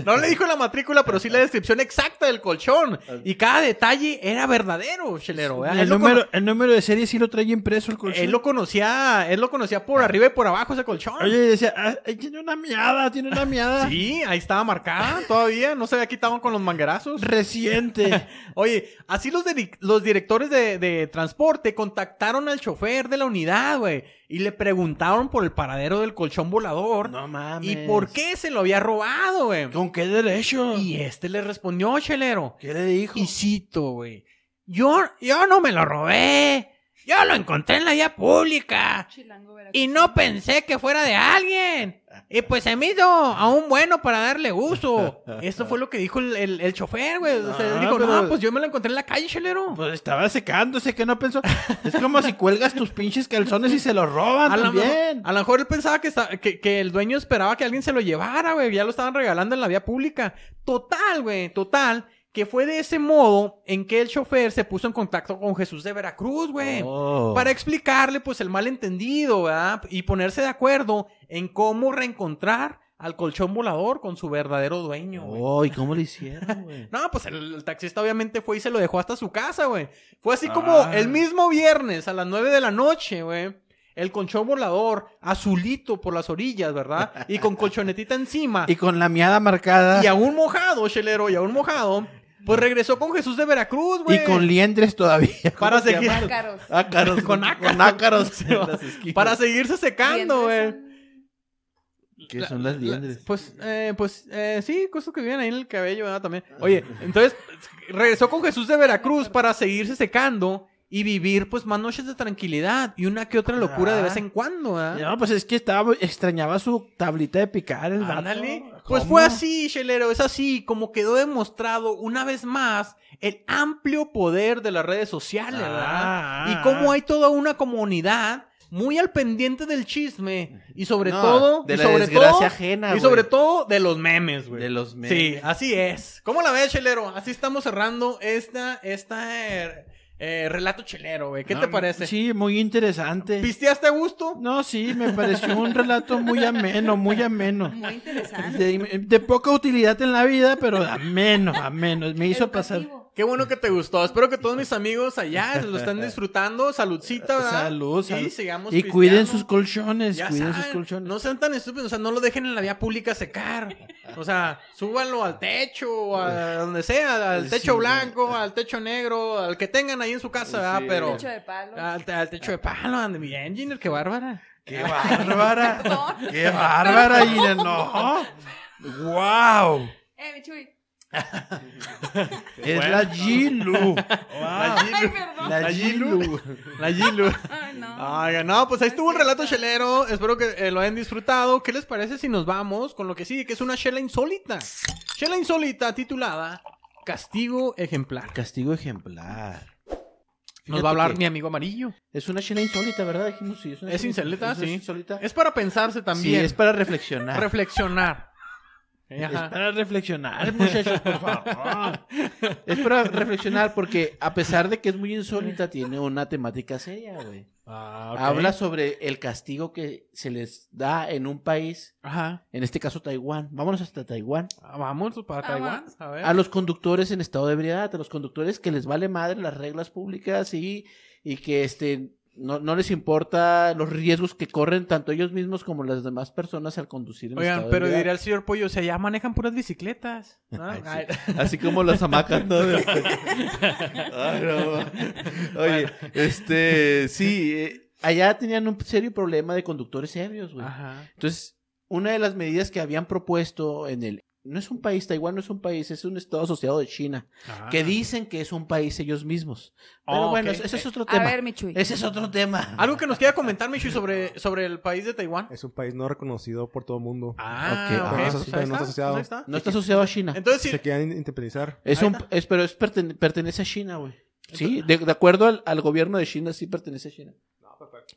B: No le dijo la matrícula, pero sí la descripción exacta del colchón. Y cada detalle era verdadero, chelero. ¿verdad? Él
A: El
B: lo cono-
A: número, el número de serie sí lo trae impreso el colchón.
B: Él lo conocía, él lo conocía por arriba y por abajo ese colchón.
A: Oye, decía, "Ah, ahí tiene una miada, tiene una miada
B: Sí, ahí estaba marcada todavía, no se había quitado con los manguerazos.
A: reciente.
B: Oye, así los, diri- los directores de, de transporte contactaron al chofer de la unidad, güey, y le preguntaron por el paradero del colchón volador
A: No mames.
B: y por qué se lo había robado, güey.
A: ¿Con qué derecho?
B: Y este le respondió, chelero,
A: ¿Qué le dijo?
B: y cito, güey, yo, yo no me lo robé, yo lo encontré en la vía pública.
D: Chilango, Veracruz.
B: Y no pensé que fuera de alguien. Y pues se me hizo aún bueno para darle uso. Esto fue lo que dijo el, el- el chofer, güey. O sea,
A: No,
B: dijo, no,
A: Ah, pero-
B: pues yo me lo encontré en la calle, chelero.
A: Pues estaba secándose, que no pensó. Es como si cuelgas tus pinches calzones y se los roban
B: A lo, mejor,
A: también.
B: a lo mejor él pensaba que, esta- que, que el dueño esperaba que alguien se lo llevara, güey. Ya lo estaban regalando en la vía pública. Total, güey, total. Que fue de ese modo en que el chofer se puso en contacto con Jesús de Veracruz, güey.
A: Oh.
B: Para explicarle, pues, el malentendido, ¿verdad? Y ponerse de acuerdo en cómo reencontrar al colchón volador con su verdadero dueño, güey.
C: Oh, ¿y cómo lo hicieron, güey?
B: No, pues el, el taxista obviamente fue y se lo dejó hasta su casa, güey. Fue así como
C: Ah.
B: el mismo viernes a las 9 de la noche, güey. El colchón volador, azulito por las orillas, ¿verdad? Y con colchonetita encima.
C: Y con la miada marcada.
B: Y aún mojado, chelero, y aún mojado. Pues regresó con Jesús de Veracruz, güey.
C: Y con liendres todavía.
B: Para
C: ¿Cómo se
B: seguir-
C: llama?
D: Ácaros.
C: Ácaros.
B: Con ácaros.
C: Con ácaros.
B: Sí, va.
C: en las esquinas.
B: Para seguirse secando, güey.
D: Vientres son-
C: ¿Qué son las liendres?
B: Pues, eh, pues, eh, sí, cosas que viven ahí en el cabello, ¿verdad? También. Oye, entonces regresó con Jesús de Veracruz para seguirse secando y vivir, pues, más noches de tranquilidad y una que otra locura de vez
C: Ah.
B: en cuando, ¿verdad?
A: No, pues es que estaba, extrañaba su tablita de picar el vato.
B: Ándale.
A: Ah,
B: Pues
A: ¿Cómo?
B: fue así, Chelero, es así como quedó demostrado una vez más el amplio poder de las redes sociales, ¿verdad?
A: Ah,
B: Y cómo hay toda una comunidad muy al pendiente del chisme y sobre
C: No,
B: todo
C: de
B: y
C: la
B: sobre
C: desgracia
B: todo-
C: ajena,
B: y
C: güey.
B: sobre todo de los memes, güey.
C: De los
B: Sí,
C: memes.
B: así es. ¿Cómo la ves, Chelero? Así estamos cerrando esta, esta eh, eh, relato chelero, güey. ¿Qué te parece?
A: Sí, muy interesante.
B: ¿Pisteaste a gusto?
A: No, sí, me pareció un relato muy ameno, muy ameno.
D: Muy interesante.
A: De, de poca utilidad en la vida, pero ameno, ameno. Me hizo pasar.
D: Educativo.
B: Qué bueno que te gustó. Espero que todos mis amigos allá lo estén disfrutando. Saludcita, ¿verdad?
A: Salud, salud.
B: Y sigamos
A: Y cuiden
B: pisteando.
A: sus colchones,
B: Ya
A: cuiden sus
B: saben,
A: colchones.
B: No sean tan estúpidos, o sea, no lo dejen en la vía pública secar. O sea, súbanlo al techo, o a donde sea, al techo blanco, al techo negro, al que tengan ahí en su casa, ¿verdad? Pero.
D: Techo de palo.
C: Ah.
B: Al, al techo de palo, ande, mi engineer, qué bárbara.
A: ¡Qué bárbara!
D: Perdón.
A: ¡Qué bárbara, Gina! ¡No! ¡Wow!
D: Eh, mi Chuy.
A: Es la Gilu.
D: Ay, perdón.
A: La Gilu.
B: La Gilu.
D: Ay, no.
C: Ah,
B: Ay, no, pues ahí estuvo el relato chelero. Espero que eh, lo hayan disfrutado. ¿Qué les parece si nos vamos con lo que sigue, que es una chela insólita? Chela insólita titulada Castigo Ejemplar.
C: Castigo ejemplar.
B: Nos
C: Fíjate
B: va a hablar
C: que-
B: mi amigo amarillo.
C: Es una chela insólita, ¿verdad? Dijimos, sí, es una
B: Es
C: chela
B: insólita,
C: es una
B: sí.
C: insólita.
B: Es para pensarse
C: Sí,
B: también.
C: es Eh, para reflexionar.
B: Reflexionar. Ajá.
A: Es para reflexionar, muchachos, por favor.
C: es para reflexionar porque a pesar de que es muy insólita, tiene una temática seria, güey. Habla sobre el castigo que se les da en un país,
B: Ajá.
C: en este caso Taiwán. Vámonos hasta Taiwán.
B: Ah, Vamos para Taiwán. A ver.
C: A los conductores en estado de ebriedad, a los conductores que les vale madre las reglas públicas y, y que este no, no les importa los riesgos que corren tanto ellos mismos como las demás personas al conducir en
B: Oigan,
C: estado de
B: pero
C: ebriedad.
B: diría el señor Pollo, o sea, ya manejan puras bicicletas. ¿no?
C: Ay, sí.
B: Ay,
C: Así como las hamacas, ¿no?
B: Ah,
C: Ay, no. Oye, este, sí, eh, allá tenían un serio problema de conductores ebrios, güey.
B: Ajá.
C: Entonces, una de las medidas que habían propuesto en el... No es un país, Taiwán no es un país, es un estado asociado de China, que dicen que es un país ellos mismos. Pero
B: Ah. Oh,
C: bueno,
B: ok.
C: eso- ese es otro
D: A
C: tema.
D: ver, mi Chuy.
C: Ese es otro tema.
B: Algo que nos quiera comentar, Michu, sobre, sobre el país de Taiwán.
E: Es un país no reconocido por todo el mundo.
B: Ah,
C: ok,
B: ok,
C: ah,
B: pues
E: sí,
B: ahí
E: no está
B: está,
E: asociado.
B: pues ahí está.
C: No está asociado a China.
B: Entonces,
E: Se
B: sí,
E: quieren independizar.
C: Es
B: Ahí
C: un,
B: está.
C: es, pero es pertene- pertenece a China, güey. Sí, de, de acuerdo al, al gobierno de China, sí pertenece a China.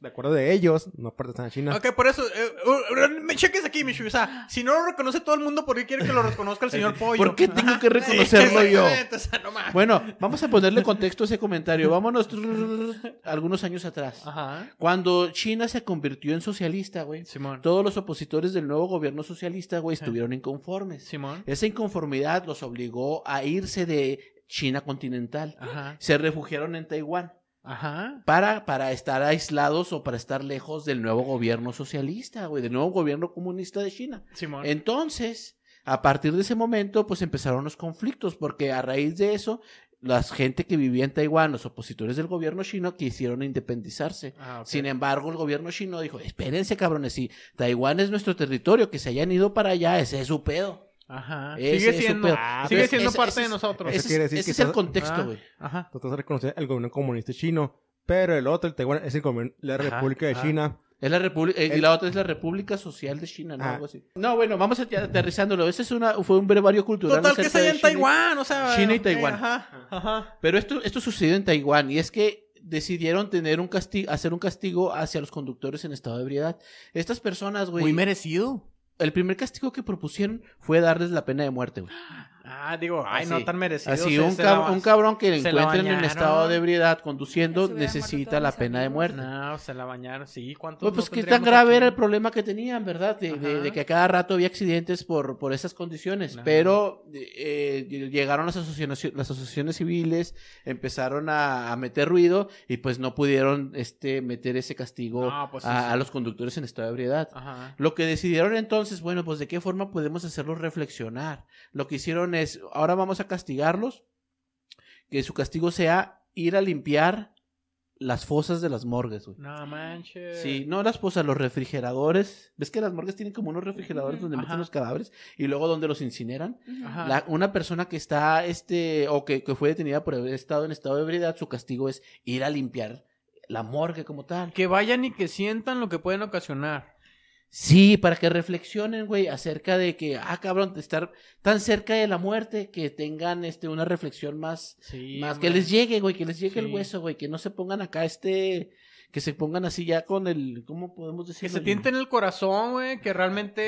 E: De acuerdo de ellos, no pertenecen a China.
B: Ok, por eso, eh, uh, me cheques aquí, Michu. O sea, si no lo reconoce todo el mundo, ¿por qué quiere que lo reconozca el señor Pollo?
C: ¿Por qué tengo que reconocerlo
B: Sí,
C: yo?
B: exactamente, O sea, no mames.
C: Bueno, vamos a ponerle contexto a ese comentario. Vámonos trrr, algunos años atrás.
B: Ajá.
C: Cuando China se convirtió en socialista, güey,
B: Simón.
C: todos los opositores del nuevo gobierno socialista, güey, estuvieron inconformes.
B: Simón.
C: Esa inconformidad los obligó a irse de China continental.
B: Ajá.
C: Se refugiaron en Taiwán
B: Ajá.
C: para, para estar aislados o para estar lejos del nuevo gobierno socialista, güey, del nuevo gobierno comunista de China.
B: Simón.
C: Entonces, a partir de ese momento, pues empezaron los conflictos, porque a raíz de eso, la gente que vivía en Taiwán, los opositores del gobierno chino, quisieron independizarse.
B: Ah, ok.
C: Sin embargo, el gobierno chino dijo, espérense cabrones, si Taiwán es nuestro territorio, que se hayan ido para allá, ese es su pedo.
B: Ajá.
C: Ese
B: Sigue
C: es su
B: siendo,
C: pedo.
E: Ah,
B: sigue
E: pues,
B: siendo
C: ese-
B: parte
C: ese
B: de
C: es-
B: nosotros.
E: ese-
C: Ese,
E: quiere
C: es,
E: decir
C: ese
E: que
C: es el
E: estás-
C: contexto,
B: Ah.
C: güey.
B: Ajá.
E: Entonces reconocer el gobierno comunista chino. Pero el otro, el Taiwán, es el gobier- la
B: Ajá,
E: República de
B: ajá.
E: China.
C: Es la república, y
E: El-
C: la otra es la República Social de China, ¿no?
E: Ah.
C: Algo así. No, bueno, vamos a- aterrizándolo. Ese es una, fue un brevario cultural.
B: Total, que
C: acerca
B: está allá
C: de
B: en
C: China y-
B: Taiwán, o sea.
C: China y
B: ok,
C: Taiwán.
B: Ajá. Ajá.
C: Pero esto, esto sucedió en Taiwán y es que decidieron tener un castigo, hacer un castigo hacia los conductores en estado de ebriedad. Estas personas, güey,
B: Muy merecido.
C: el primer castigo que propusieron fue darles la pena de muerte, güey.
B: Ah, digo, ay,
C: Así.
B: no tan merecido.
C: Así,
B: se-
C: Ah, un,
B: se
C: cab-
B: la-
C: un cabrón que
B: se la
C: encuentren en
B: bañaron.
C: estado de ebriedad conduciendo
D: Se hubieran muerto
C: necesita
D: todos
C: la
D: mis
C: pena de
D: amigos.
C: muerte.
B: No, se la bañaron. Sí, ¿cuántos?
C: Pues,
B: no
C: pues qué tan
B: tendríamos
C: grave
B: aquí?
C: era el problema que tenían, ¿verdad? De, de-
B: Ajá.
C: de que a cada rato había accidentes por, por esas condiciones.
B: Ajá.
C: Pero eh, eh, llegaron las asociaciones, las asociaciones civiles, empezaron a, a meter ruido y pues no pudieron este, meter ese castigo
B: No, pues, sí,
C: a,
B: sí.
C: a los conductores en estado de ebriedad.
B: Ajá.
C: Lo que decidieron entonces, bueno, pues de qué forma podemos hacerlos reflexionar. Lo que hicieron es, ahora vamos a castigarlos, que su castigo sea ir a limpiar las fosas de las morgues, güey.
B: No manches.
C: Sí, no las posas, los refrigeradores. ¿Ves que las morgues tienen como unos refrigeradores
D: Ujú.
C: donde meten
B: Ajá. Ah.
C: los cadáveres y luego donde los incineran?
B: Ajá.
C: La- una persona que está, este, o que, que fue detenida por haber estado en estado de ebriedad, su castigo es ir a limpiar la morgue como tal.
B: Que vayan y que sientan lo que pueden ocasionar.
C: Sí, para que reflexionen, güey, acerca de que, ah, cabrón, de estar tan cerca de la muerte, que tengan, este, una reflexión más,
B: Sí.
C: más,
B: hombre.
C: que les llegue, güey, que les llegue el
B: Sí.
C: hueso, güey, que no se pongan acá, este, que se pongan así ya con el, ¿cómo podemos
B: Que
C: decirlo?
B: se tienten el corazón, güey. Que realmente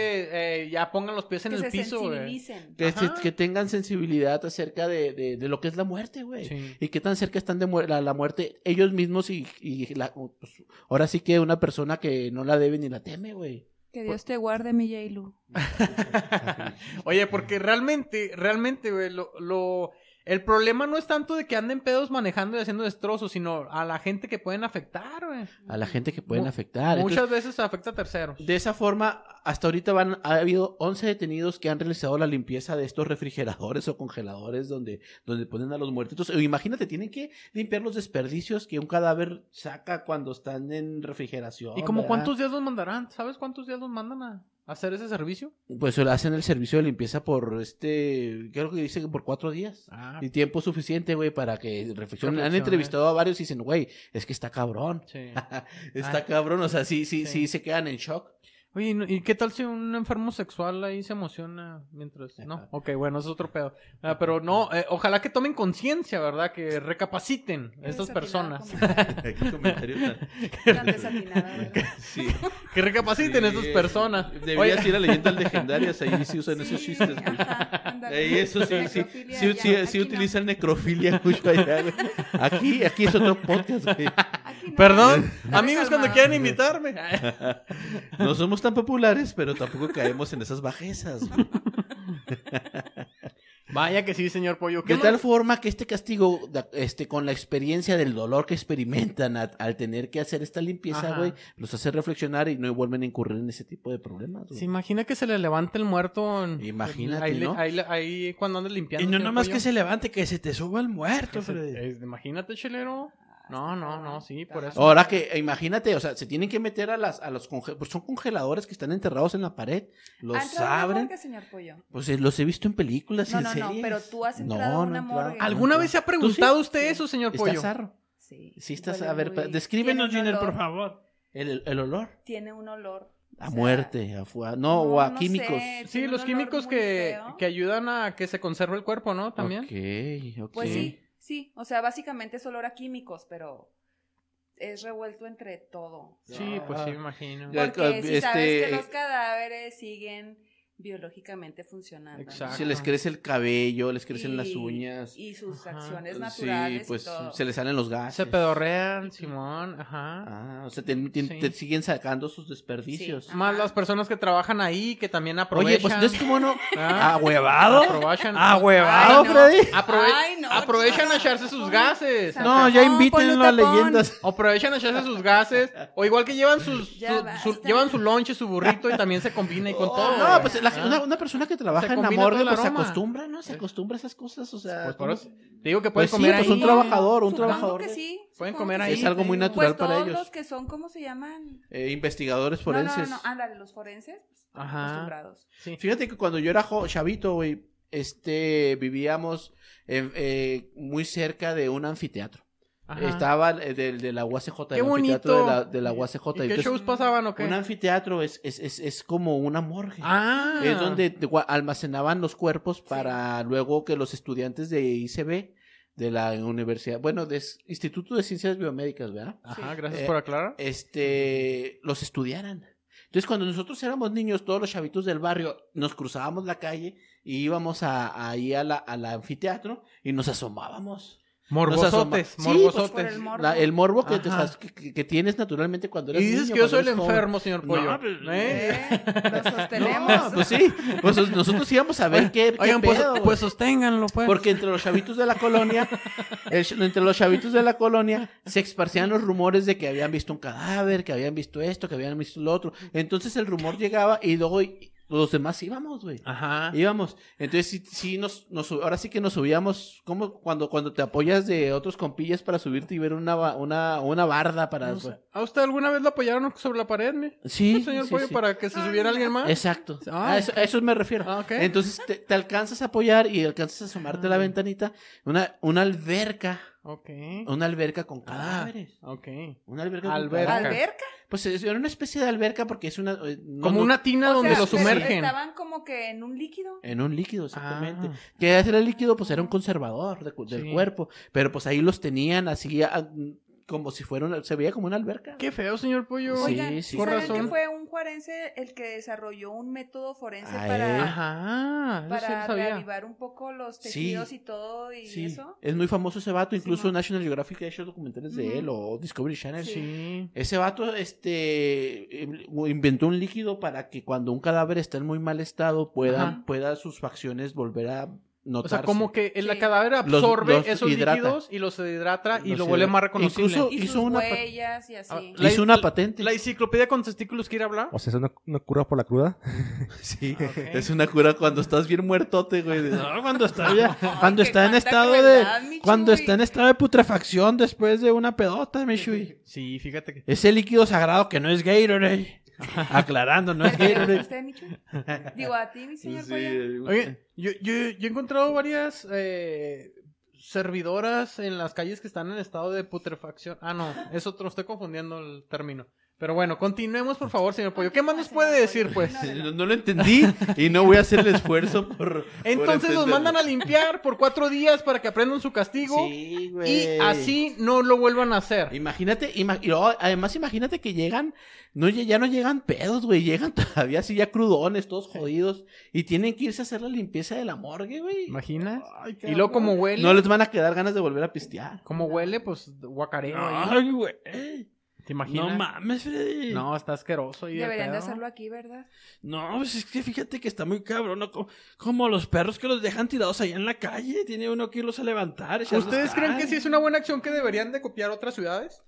B: eh, ya pongan los pies en
D: que
B: el
D: se
B: piso, güey.
D: sensibilicen.
C: Que,
B: Ajá.
C: se- que tengan sensibilidad acerca de, de- de lo que es la muerte, güey.
B: Sí.
C: Y qué tan cerca están de muer- la, la muerte ellos mismos y, y la- pues, ahora sí que una persona que no la debe ni la teme, güey.
D: Que Dios te guarde, mi Jailu.
B: Oye, porque realmente, realmente, güey, lo, lo- el problema no es tanto de que anden pedos manejando y haciendo destrozos, sino a la gente que pueden afectar, güey.
C: A la gente que pueden
B: Mu-
D: Ah,
C: afectar. Entonces,
B: Muchas veces afecta a terceros.
C: de esa forma, hasta ahorita van, ha habido 11 detenidos que han realizado la limpieza de estos refrigeradores o congeladores donde, donde ponen a los muertitos. E Imagínate, tienen que limpiar los desperdicios que un cadáver saca cuando están en refrigeración.
B: ¿Y como
D: ah.
C: ¿verdad?
B: cuántos días los mandarán? ¿Sabes cuántos días los mandan a a hacer ese servicio?
C: Pues le hacen el servicio de limpieza por este, creo que dice que por cuatro días.
B: Ah,
C: Y tiempo suficiente, güey, para que reflexionen. Han
B: Reflexiones.
C: entrevistado a varios y dicen, güey, es que está cabrón.
B: sí.
C: Está
B: Ah.
C: cabrón, o sea, sí, sí,
B: Sí.
C: sí, se quedan en shock.
B: Oye, ¿y no- ¿y qué tal si un enfermo sexual ahí se emociona mientras... No, ok, bueno, eso es otro pedo. Ah, pero no, eh, ojalá que tomen conciencia, ¿verdad? Que recapaciten estas
D: Desatinado
B: personas.
D: comentario,
C: Qué comentario tan-
D: tan desatinado, ¿verdad?
C: Sí.
B: Que recapaciten estas
C: Sí.
B: personas.
C: Deberías ir a leyendas legendarias, ahí sí usan
D: Sí,
C: esos chistes. güey.
D: ajá, ándale.
C: Ahí eso sí, sí,
D: Necrofilia
C: sí,
D: allá,
C: sí,
D: aquí
C: sí
D: no.
C: utilizan necrofilia mucho allá, güey. Aquí, aquí es otro podcast, güey.
D: Aquí no.
B: Perdón,
D: Dame
B: amigos, cuando
D: calmado.
B: quieran invitarme.
C: No somos tan populares, pero tampoco caemos en esas bajezas, güey.
B: Vaya que sí, señor Pollo. ¿Qué
C: De
B: más?
C: tal forma que este castigo, da- este, con la experiencia del dolor que experimentan a- al tener que hacer esta limpieza,
B: Ajá.
C: güey, los hace reflexionar y no vuelven a incurrir en ese tipo de problemas. güey.
B: ¿Se imagina que se le levante el muerto? en-
C: Imagínate,
B: ahí, le-
C: ¿no?
B: Ahí, le- ahí cuando andes limpiando.
A: Y no
B: señor
A: nomás
B: Pollo.
A: que se levante, que se te suba el muerto,
B: Que se-
A: Freddy.
B: es- imagínate, chelero.
D: Ah,
B: No, no, no, sí, por eso.
C: Ahora que, e, imagínate, o sea, se tienen que meter a las, a los conge- pues son congeladores que están enterrados en la pared,
D: ¿Ha
C: los
D: entrado una
C: abren.
D: morgue, señor Pollo?
C: Pues eh, los he visto en películas,
D: No,
C: en
D: no, no,
C: series.
D: pero tú has
C: No,
D: entrado a
C: no
D: una
C: he entrado.
D: morgue.
B: ¿Alguna vez se ha preguntado usted
D: Sí.
B: eso, señor
C: Está
B: Pollo?
C: zarro.
D: Sí.
C: Sí estás,
D: huele
C: a ver,
D: muy-
C: pa- descríbenos,
D: tiene un
C: Giner, por
D: olor-
A: favor.
C: El, el olor.
D: Tiene un olor.
C: A
D: o sea,
C: muerte, a fu- a- no, o a químicos.
D: sé,
B: Sí,
D: tiene un
B: los
D: olor
B: químicos
D: muy
B: que,
D: feo.
B: que ayudan a que se conserve el cuerpo, ¿no? También.
C: Ok, ok.
D: Pues sí, sí. O sea, básicamente es olor a químicos, pero es revuelto entre todo.
B: Sí, pues sí, me imagino.
C: Ah, Ya,
D: Porque si sabes
C: este-
D: que los cadáveres siguen biológicamente funcionando. ¿no?
B: Exacto.
C: Se les crece el cabello, les crecen
D: Y-
C: las uñas.
D: Y sus
B: Ajá.
D: acciones
C: sí,
D: naturales.
C: pues
D: y todo.
C: se les salen los gases.
B: Se pedorrean, Simón, ajá.
C: Ah, o sea, te, te-
B: Sí.
C: te siguen sacando sus desperdicios.
D: Sí. Ah,
B: Más las personas que trabajan ahí que también aprovechan.
C: Oye, pues entonces, ¿cómo no?
B: Ah,
C: ¿Ahuevado?
B: Aprovechan.
C: ¿Ahuevado,
D: Ay, no.
C: Freddy?
B: Aprove-
D: Ay, no,
B: aprovechan a
D: chica.
B: echarse sus
D: Ponle-
B: gases.
D: Sa-
C: No, ya
D: Tapón,
C: invítenlo
D: ponle
C: a
D: un tapón.
C: leyendas. ¿eh?
B: Aprovechan a echarse sus gases. O igual que llevan sus,
D: Ya
B: su, su-
D: basta.
B: llevan su lonche, su burrito y también se combina y con todo.
C: No, pues la-
B: Ah.
C: una, una persona que trabaja
B: Se
C: en la
B: combina
C: morgue
B: todo el
C: pues, se
B: aroma.
C: acostumbra, ¿no? Se acostumbra a esas cosas, o sea...
B: Pues, por
C: ¿cómo?
B: eso- te digo que
C: Pues
B: puedes
C: sí,
B: comer
C: pues
B: ahí.
C: un trabajador, un
D: Supongo
C: trabajador. ¿eh?
D: que sí,
B: Pueden
D: supongo
B: comer
D: que
B: ahí.
D: sí.
C: Es algo muy
B: te digo.
C: natural.
D: Pues
C: para
D: todos
C: ellos.
D: los que son, ¿cómo se llaman?
C: Eh, investigadores
D: No,
C: forenses.
D: no, no, ándale, los forenses, pues, están
B: Ajá.
D: acostumbrados.
B: Sí.
C: Fíjate que cuando yo era jo- chavito, güey, este, vivíamos eh, eh, muy cerca de un anfiteatro.
B: Ajá.
C: Estaba eh, del, de la UACJ.
B: Qué
C: el anfiteatro
B: bonito.
C: De la, de la UACJ.
B: ¿Y qué
C: Entonces,
B: shows pasaban o qué?
C: Un anfiteatro es, es, es, es como una morgue.
B: Ah.
C: Es donde te gua- almacenaban los cuerpos para luego que los estudiantes de ICB, de la universidad, bueno, de s- Instituto de Ciencias Biomédicas, ¿verdad?
B: Ajá, gracias
C: Eh,
B: por aclarar.
C: este, los estudiaran. Entonces, cuando nosotros éramos niños, todos los chavitos del barrio, nos cruzábamos la calle y íbamos a, ahí a la, al anfiteatro y nos asomábamos.
B: Morbosotes,
C: nos asoma- Sí, pues,
B: morbosotes.
D: por el morbo.
C: La- el morbo que, te-
B: Ajá.
C: que- que- que tienes naturalmente cuando eres
B: y dices
C: niño,
B: que yo
C: cuando
B: soy el
C: eres joven.
B: enfermo, señor
C: No,
B: Pollo.
C: pues,
B: ¿Eh?
D: Eh, Lo sostenemos.
C: No, pues sí, pues nosotros íbamos a ver qué, qué
B: Oigan, pues,
C: pedo, güey.
B: pues sosténganlo, pues.
C: Porque entre los chavitos de la colonia, el ch- entre los chavitos de la colonia, se esparcían los rumores de que habían visto un cadáver, que habían visto esto, que habían visto lo otro. Entonces el rumor llegaba y luego y- los demás íbamos, güey.
B: Ajá.
C: Íbamos. Entonces sí, sí nos, nos, sub- ahora sí que nos subíamos, como cuando, cuando te apoyas de otros compillas para subirte y ver una, ba- una, una barda para...
B: No sé. ¿A usted alguna vez lo apoyaron sobre la pared, mi?
C: Sí,
B: señor
C: sí,
B: Pollo,
C: sí.
B: para que se
D: Ay,
B: subiera
D: Ah, no.
B: alguien más.
C: Exacto.
B: Ah,
C: a, eso, a eso me refiero.
B: Ah, ok.
C: Entonces te, te alcanzas a apoyar y alcanzas a asomarte a la
B: Ah.
C: ventanita. Una, una alberca.
B: Ok.
C: Una alberca con
B: Ah,
C: cadáveres.
B: ok.
C: Una alberca
B: Alberca.
C: con cadáveres.
D: Alberca.
C: Pues es- era una especie de alberca porque es una. eh, no-
B: Como
C: no-
B: una tina
D: O
B: donde
D: sea,
B: lo
D: que
B: sumergen.
D: Estaban como que en un líquido.
C: En un líquido, exactamente.
B: Ah.
C: Que era el líquido, pues era un conservador de cu- del
B: Sí.
C: cuerpo. Pero pues ahí los tenían así, ah, como si fuera una- Se veía como una alberca.
B: Qué feo, señor Pollo.
C: Sí,
D: Oigan,
C: sí,
D: ¿sí
B: con
D: ¿saben
B: razón.
D: que fue un forense el que desarrolló un método forense
C: Ah, eh.
D: para,
B: Ajá. Eso sí lo
D: para
B: sabía.
D: reavivar un poco los
C: Sí.
D: tejidos y todo y
C: Sí.
D: eso?
C: Es muy famoso ese vato. Incluso
D: Simón.
C: National Geographic ha hecho documentales de
D: Ujú.
C: él o Discovery Channel.
D: Sí.
B: Sí.
C: Ese vato este, em, inventó un líquido para que cuando un cadáver está en muy mal estado pueda,
B: Ajá.
C: pueda sus facciones volver a
B: O
C: notarse.
B: sea, como que el
D: Sí.
B: cadáver
C: Los-
B: absorbe
C: los
B: esos
C: hidrata.
B: líquidos y los hidrata y
C: Los
B: lo vuelve
C: hidrata.
B: más reconocible.
C: Incluso-
D: Y
C: Hizo
D: sus
C: una pa-
D: huellas y así.
B: Ah, la-
C: Hizo una patente.
B: ¿La enciclopedia con testículos quiere hablar?
E: O sea, es una, una cura por la cruda.
C: Sí,
B: Ah, ok.
C: es una cura cuando estás bien muertote, güey. De- No, cuando está, ya- cuando
D: qué
C: está en
D: cuánta
C: estado
D: crueldad,
C: de
D: mi
C: cuando
D: Chuy.
C: está en estado de putrefacción después de una pedota, mi Chuy.
B: Sí, fíjate que.
C: Ese líquido sagrado que no es Gatorade. Aclarando, no es
D: ¿Te gusta
C: Gatorade.
D: usted, Michu? Digo, a ti, mi señor Pollo.
C: eh,
B: Oye, yo, yo, yo he encontrado varias eh, servidoras en las calles que están en estado de putrefacción. Ah, no, eso te lo estoy confundiendo el término. Pero bueno, continuemos, por favor, señor Pollo. ¿Qué más nos puede decir, pues?
C: No, no lo entendí y no voy a hacer el esfuerzo por.
B: Entonces nos mandan a limpiar por cuatro días para que aprendan su castigo
C: Sí,
B: y
C: güey.
B: así no lo vuelvan a hacer.
C: Imagínate, ima- y luego, además imagínate que llegan, no, lle- ya no llegan pedos, güey, llegan todavía así ya crudones, todos jodidos, y tienen que irse a hacer la limpieza de la morgue, güey.
B: ¿Imaginas?
C: Ay,
B: Y luego como
C: cabrón.
B: huele,
C: No les van a quedar ganas de volver a pistear.
B: como huele, pues guacareo ahí.
A: Ay, güey.
B: ¿Te
A: No
B: imaginas? No,
A: mames, Freddy. No.
B: está asqueroso. ahí el
D: Deberían de
B: pedo.
D: hacerlo aquí, ¿verdad?
A: pues es que fíjate que está muy cabrón. ¿no? Como, como los perros que los dejan tirados allá en la calle. Tiene uno que irlos a levantar. echarles
B: ¿Ustedes
A: cal.
B: creen que sí es una buena acción que deberían de copiar otras ciudades?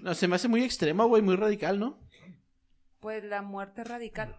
C: No, se me hace muy extrema, güey, muy radical, ¿no?
D: Pues la muerte radical.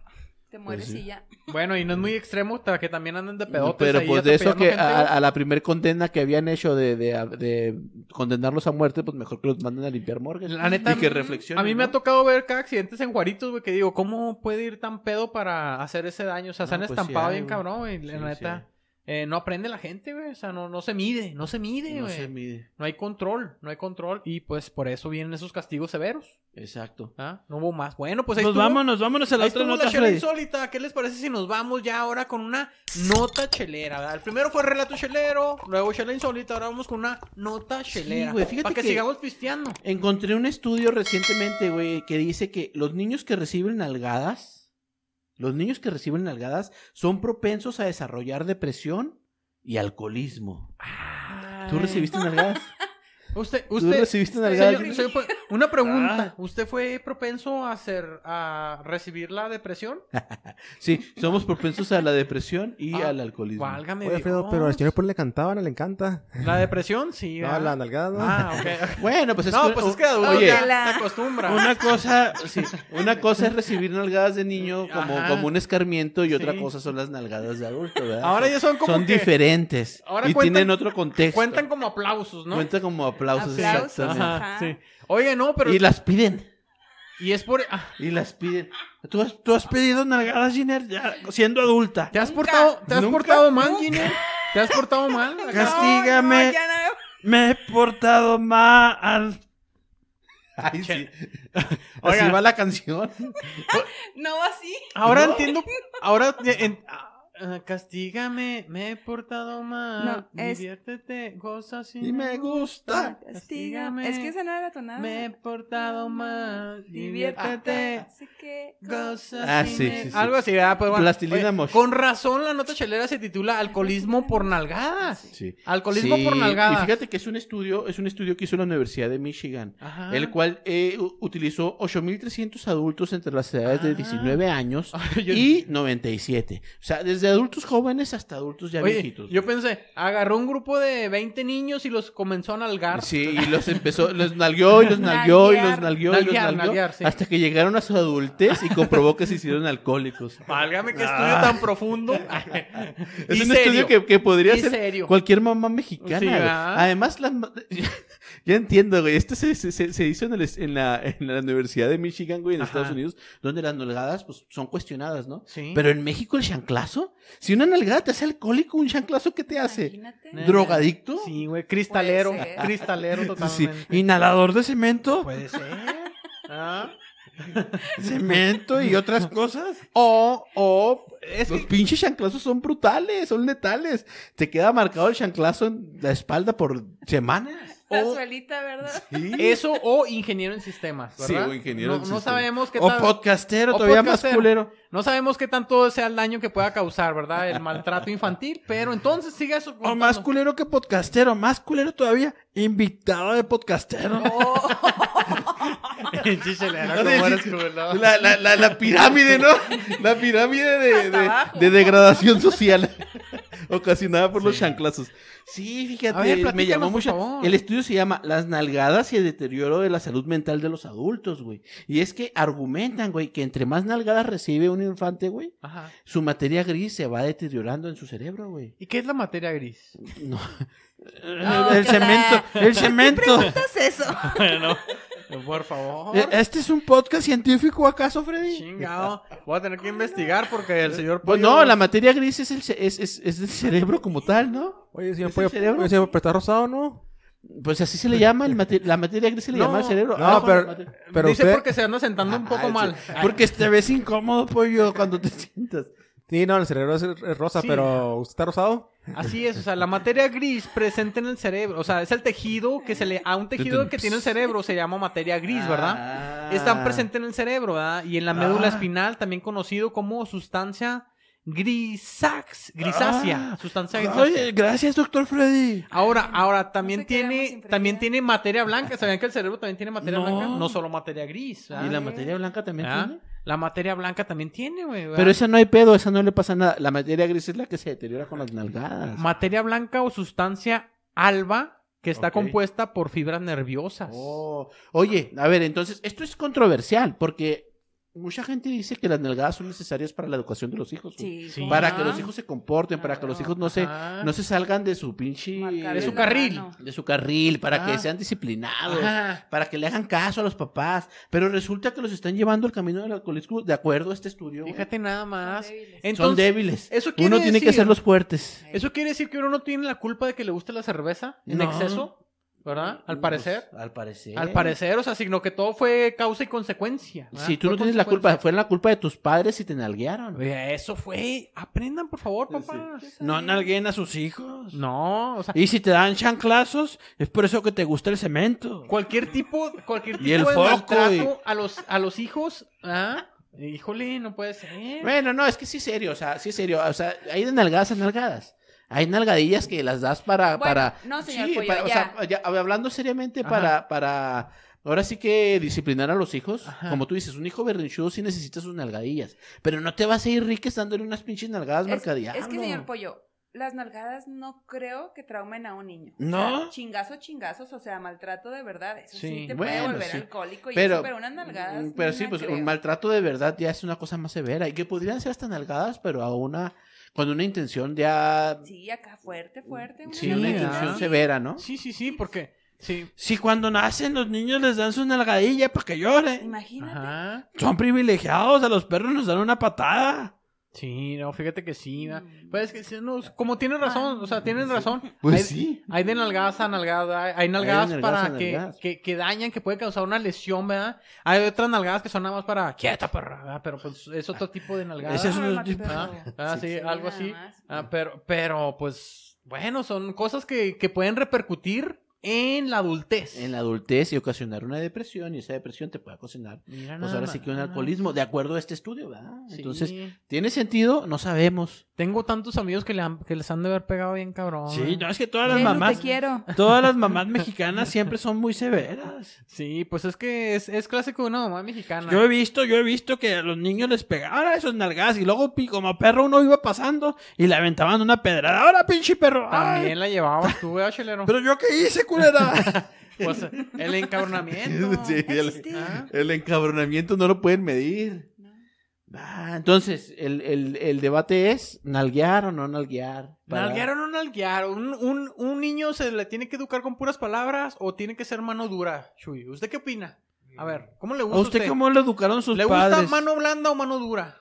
D: Te mueres
C: Pues sí.
D: y ya.
B: Bueno, y no es muy extremo hasta que también andan de pedotes.
C: Pero
B: ahí
C: pues de eso que
B: atropellando gente.
C: a, a la primer condena que habían hecho de, de- de condenarlos a muerte, pues mejor que los manden a limpiar morgues.
B: La neta,
C: y que reflexionen.
B: A mí me
C: ¿no?
B: ha tocado ver cada accidentes en Juaritos, güey, que digo, ¿cómo puede ir tan pedo para hacer ese daño? O sea, se
C: No,
B: han
C: pues sí
B: estampado
C: hay,
B: bien
C: güey.
B: cabrón, güey,
C: Sí,
B: la neta.
C: sí.
B: eh, no aprende la gente, güey. O sea, no, no se mide, no se mide,
C: no
B: güey.
C: se mide.
B: No hay control, no hay control. Y pues por eso vienen esos castigos severos.
C: Exacto.
B: ¿ah? No hubo más. Bueno, pues ahí
A: Nos
B: estuvo-
A: vámonos, vámonos a la
B: ahí
A: otra
B: estuvo
A: nota,
B: la chela
A: Freddy.
B: insólita. ¿Qué les parece si nos vamos ya ahora con una nota chelera? verdad? El primero fue relato chelero, luego chela insólita, ahora vamos con una nota chelera.
C: güey, fíjate
B: para que,
C: que-
B: sigamos pisteando.
C: Encontré un estudio recientemente, güey, que dice que los niños que reciben nalgadas, los niños que reciben nalgadas son propensos a desarrollar depresión y alcoholismo.
B: Ah.
C: ¿Tú recibiste nalgadas?
B: Usted,
C: ¿Tú
B: usted,
C: recibiste nalgadas?
B: señor, soy- fue- una
C: Ah.
B: pregunta. ¿Usted fue propenso a hacer, a recibir la depresión?
C: Sí, somos propensos a la depresión y
B: Ah,
C: al alcoholismo.
B: Válgame
E: Oye, Alfredo,
B: Dios.
E: pero al señor pues le cantaban, le encanta.
B: La depresión, sí.
E: No,
B: ¿verdad?
E: la nalgada. ¿no?
B: Ah, ok, ok.
C: Bueno, pues es
B: No,
C: que-
B: pues es que de adulto
C: Oye,
B: ya se
D: la-
B: acostumbra.
C: Una cosa, sí, una cosa es recibir nalgadas de niño como,
B: Ajá.
C: como un escarmiento y otra
B: Sí.
C: cosa son las nalgadas de adulto, ¿verdad?
B: Ahora ya son como
C: son
B: que
C: diferentes
B: Ahora
C: y
B: cuentan-
C: tienen otro contexto.
B: cuentan como aplausos, ¿no?
C: Cuenta como aplausos,
D: Aplausos,
C: exactamente.
B: Ajá,
D: Ajá.
B: sí. Oye, no, pero
C: Y las piden,
B: y es por ah,
C: y las piden.
A: ¿Tú has, tú has pedido nalgadas, Giner, ya siendo adulta.
B: ¿Te has portado, te has
A: Nunca,
B: portado mal, Gine? ¿Te has portado mal?
A: Casi. Castígame.
D: No, no, ya no.
A: Me he portado mal.
C: Ay, sí.
B: Oiga.
C: Así va la canción.
D: No, así.
B: Ahora entiendo, ahora te- en- ah, ah, castígame, me he portado mal.
D: No, es-
B: Diviértete, goza sin
C: Y me gusta.
D: Castígame. Es que esa no era la tonada.
B: Me he portado mal, diviértete.
D: Así que. pues,
B: Goza
C: Ah,
B: sin
C: sí,
B: el-
C: sí, sí.
B: Algo así, ¿verdad? Pues, bueno,
C: Plastilina
B: oye,
C: Mosh.
B: Con razón la nota chelera se titula Alcoholismo por nalgadas.
C: Sí.
B: Alcoholismo por
C: Sí,
B: nalgadas.
C: Y fíjate que es un estudio, es un estudio que hizo la Universidad de Michigan.
B: Ajá.
C: el cual eh, u- utilizó 8.300 adultos entre las edades
B: Ah.
C: de 19 años
B: Yo-
C: y 97. O sea, desde adultos jóvenes hasta adultos ya
B: Oye,
C: viejitos.
B: yo pensé, agarró un grupo de 20 niños y los comenzó a nalgar.
C: Sí, y los empezó, los nalgueó y los nalgueó y los
D: Nalguear.
C: nalgueó y los
B: Nalguear,
C: nalgueó
B: nalguear, sí.
C: hasta que llegaron a su adultez y comprobó que se hicieron alcohólicos.
B: Válgame qué estudio tan profundo.
C: Es
B: Y
C: un
B: serio.
C: estudio que, que podría
B: Y
C: ser
B: serio.
C: cualquier mamá mexicana.
B: Sí,
C: güey.
B: ¿verdad?
C: Además, las ma- ya entiendo, güey. Esto se, se- se- se hizo en, el es- en la, en la Universidad de Michigan, güey, en
B: Ajá.
C: Estados Unidos, donde las nalgadas pues, son cuestionadas, ¿no?
B: Sí.
C: Pero en México el chanclazo, si una nalgada te hace alcohólico, un chanclazo ¿qué te hace?
D: Imagínate.
B: Neta.
C: ¿Drogadicto?
B: Sí, güey, cristalero,
D: Puede ser.
B: cristalero
C: Sí,
B: totalmente.
A: Inhalador de cemento,
B: Puede ser. Ah.
A: cemento y otras cosas.
B: O, o, es
C: Los
B: que,
C: pinches chanclazos son brutales, son letales. Te queda marcado el chanclazo en la espalda por semanas.
D: La
B: o-
D: suelita, ¿verdad?
B: eso o ingeniero en sistemas,
C: Sí,
B: ¿verdad?
C: o ingeniero
B: no,
C: en
B: no
C: sistemas.
B: sabemos qué
A: O
B: tal-
A: podcastero,
B: O
A: todavía
B: podcastero.
A: más culero.
B: no sabemos qué tanto sea el daño que pueda causar, ¿verdad? El maltrato infantil, pero entonces siga eso.
A: O más culero que podcastero, más culero todavía, invitado de podcastero.
B: Chichelera,
C: No,
B: ¿cómo
C: sí,
B: eres
C: sí.
B: cruel, no?
C: La, la- la- la pirámide, ¿no? La pirámide de,
D: Hasta
C: de-
D: abajo.
C: de degradación social ocasionada por los chanclazos. Sí, fíjate,
B: A ver,
C: me llamó
B: platícanos, por
C: mucho.
B: favor.
C: El estudio se llama Las nalgadas y el deterioro de la salud mental de los adultos, güey. Y es que argumentan, güey, que entre más nalgadas recibe un infante, güey,
B: Ajá.
C: su materia gris se va deteriorando en su cerebro, güey.
B: ¿Y qué es la materia gris?
C: No.
D: No,
A: el
D: que la-
A: cemento, el cemento.
D: Oh, ¿Qué es eso?
B: Bueno, Pues, por favor.
C: E,
A: Eh, ¿Este es un podcast científico acaso, Freddy?
B: Chingado. Voy a tener que investigar porque el señor
C: eh. Pues
B: Pollo-
C: no, la materia gris es el, ce- es, es, es el cerebro como tal, ¿no?
E: Oye, señor,
C: ¿Es el
E: pollo,
C: cerebro?
E: oye, señor, pero está rosado, ¿no?
C: Pues así se le llama, el mate- la materia gris se le
B: No,
C: llama al cerebro.
E: no,
C: Ah, con
E: pero-
C: la materia-
E: Pero
B: Dice
E: usted...
B: porque se anda sentando un poco
C: Ah, sí.
B: mal.
C: Porque te ves incómodo, pollo, cuando te sientas.
E: Sí, no, el cerebro es, es rosa,
B: Sí.
E: pero ¿usted está rosado?
B: Así es, o sea, la materia gris presente en el cerebro, o sea, es el tejido que se le a un tejido que tiene el cerebro se llama materia gris, ¿verdad?
C: Ah.
B: Está presente en el cerebro, ¿verdad? Y en la médula
A: Ah.
B: espinal, también conocido como sustancia grisax, grisácea,
A: Ah.
B: sustancia grisácea.
A: Oye, gracias, doctor Freddy.
B: Ahora, ahora también
D: sé qué éramos
B: tiene
D: sin
B: también
D: previa.
B: tiene materia blanca, ¿sabían que el cerebro también tiene materia
A: No.
B: blanca? No solo materia gris, ¿verdad?
C: ¿Y la materia blanca también
B: ¿Ah?
C: tiene?
B: La materia blanca también tiene, güey. ¿verdad?
C: Pero esa no hay pedo, esa no le pasa nada. La materia gris es la que se deteriora con las nalgadas.
B: Materia blanca o sustancia alba que está
C: Ok.
B: compuesta por fibras nerviosas.
C: Oh. Oye, a ver, entonces, esto es controversial, porque Mucha gente dice que las nalgadas son necesarias para la educación de los hijos. güey.
D: Sí, Ah.
B: Sí.
C: Para
D: ¿cómo
C: que
D: no?
C: los hijos se comporten, para que los hijos no se,
B: Ajá.
C: no se salgan de su pinche...
D: Marcarle
B: de su
D: la
B: carril.
D: mano.
C: de su carril, para
B: Ah.
C: que sean disciplinados,
B: Ajá.
C: para que le hagan caso a los papás. Pero resulta que los están llevando al camino del alcoholismo de acuerdo a este estudio. güey.
B: Fíjate nada más.
D: Son débiles.
B: Entonces,
C: Son débiles.
B: eso quiere
C: Uno tiene que
B: decir-
C: ser los fuertes.
B: ¿Eso quiere decir que uno no tiene la culpa de que le guste la cerveza en
C: No.
B: exceso? ¿Verdad? Al
C: Pues,
B: parecer.
C: al parecer.
B: Al parecer, o sea, sino que todo fue causa y consecuencia. ¿verdad?
C: Si tú
B: Fue
C: no tienes la culpa,
B: consecuencia.
C: fue la culpa de tus padres si te nalguearon.
B: Oye, Eso fue. Aprendan, por favor, papás.
A: No nalguen a sus hijos.
B: No, o sea,
A: Y si te dan chanclazos, es por eso que te gusta el cemento.
B: cualquier tipo, cualquier tipo
A: el
B: de
A: foco,
B: maltrato
A: y-
B: a los a los hijos, ¿ah? Híjole, no puede ser.
C: Bueno, no, es que sí es serio, o sea, sí es serio. O sea, hay de nalgadas a nalgadas. Hay nalgadillas que las das para...
D: Bueno,
C: para
D: no, señor Pollo,
C: para- o
D: ya.
C: sea, ya, hablando seriamente
B: Ajá.
C: para, para... Ahora sí que disciplinar a los hijos,
B: Ajá.
C: como tú dices, un hijo berrinchudo sí necesita sus nalgadillas, pero no te vas a ir riques dándole unas pinches nalgadas
D: Es,
C: marca
D: es que,
C: diablo.
D: señor Pollo, las nalgadas no creo que traumen a un niño.
A: ¿No?
D: O sea, chingazo, chingazos, o sea, maltrato de verdad. Eso sí,
B: Sí,
D: te puede
C: bueno,
D: volver
C: sí.
D: alcohólico y
C: Pero-
D: eso, pero unas nalgadas.
C: Mm, Pero sí,
D: no
C: pues
D: creo.
C: un maltrato de verdad ya es una cosa más severa y que podrían ser hasta nalgadas, pero a una con una intención ya
D: Sí, acá fuerte, fuerte.
C: sí,
B: Sí,
C: una
B: ¿verdad?
C: intención
D: nalgada.
C: severa, ¿no?
B: Sí, sí, sí, porque sí.
A: Si cuando nacen los niños les dan su nalgadilla para que lloren.
D: Imagínate.
B: Ajá.
A: Son privilegiados, a los perros nos dan una patada.
B: Sí, no, fíjate que sí. ¿verdad? Pues es que sí, no, como tienes razón, o sea, tienes razón. Hay-
E: Pues sí.
B: Hay de nalgadas a nalgada, hay- hay nalgadas
C: nalgadas
B: para
C: a nalgadas.
B: Que, que, que dañan, que puede causar una lesión, ¿verdad? Hay otras nalgadas que son nada más para quieta, perra, ¿verdad? Pero pues es otro tipo de nalgada.
A: Ese es un-
D: Cálmate, perro.
B: Ah, ah, sí,
D: Sí,
B: algo
D: nada
B: así.
D: más.
B: Ah, pero, pero, pues, bueno, son cosas que, que pueden repercutir en la adultez.
C: En la adultez y ocasionar una depresión y esa depresión te puede ocasionar
B: Mira
C: pues
B: nada
C: ahora sí que un
B: más.
C: alcoholismo, de acuerdo a este estudio, ¿verdad?
B: Sí.
C: Entonces, ¿tiene sentido? No sabemos.
B: tengo tantos amigos que, le han- que les han de haber pegado bien cabrón.
A: Sí, no, es que todas
D: Lelu,
A: las mamás,
D: te quiero.
A: todas las mamás mexicanas siempre son muy severas.
B: Sí, pues es que es, es clásico de una mamá mexicana.
A: Yo he visto, yo he visto que a los niños les pegaban esos nalgadas y luego pi- como perro uno iba pasando y le aventaban una pedrada. Ahora pinche perro. ¡Ay!
B: También la llevabas tú, ¿verdad, chelero?
A: Pero yo qué hice, culera.
B: Pues, el encabronamiento.
C: Sí, ya le-
D: Existe.
B: Ah,
C: El encabronamiento no lo pueden medir.
D: No.
C: Ah, entonces, el, el- el debate es nalguear o no nalguear. Para-
B: ¿Nalguear o no nalguear? ¿Un, un, un niño se le tiene que educar con puras palabras o tiene que ser mano dura, Chuy? ¿Usted qué opina? A ver, ¿cómo le
A: ¿A
B: gusta a
A: usted cómo le educaron sus
B: ¿Le
A: padres?
B: gusta mano blanda o mano dura?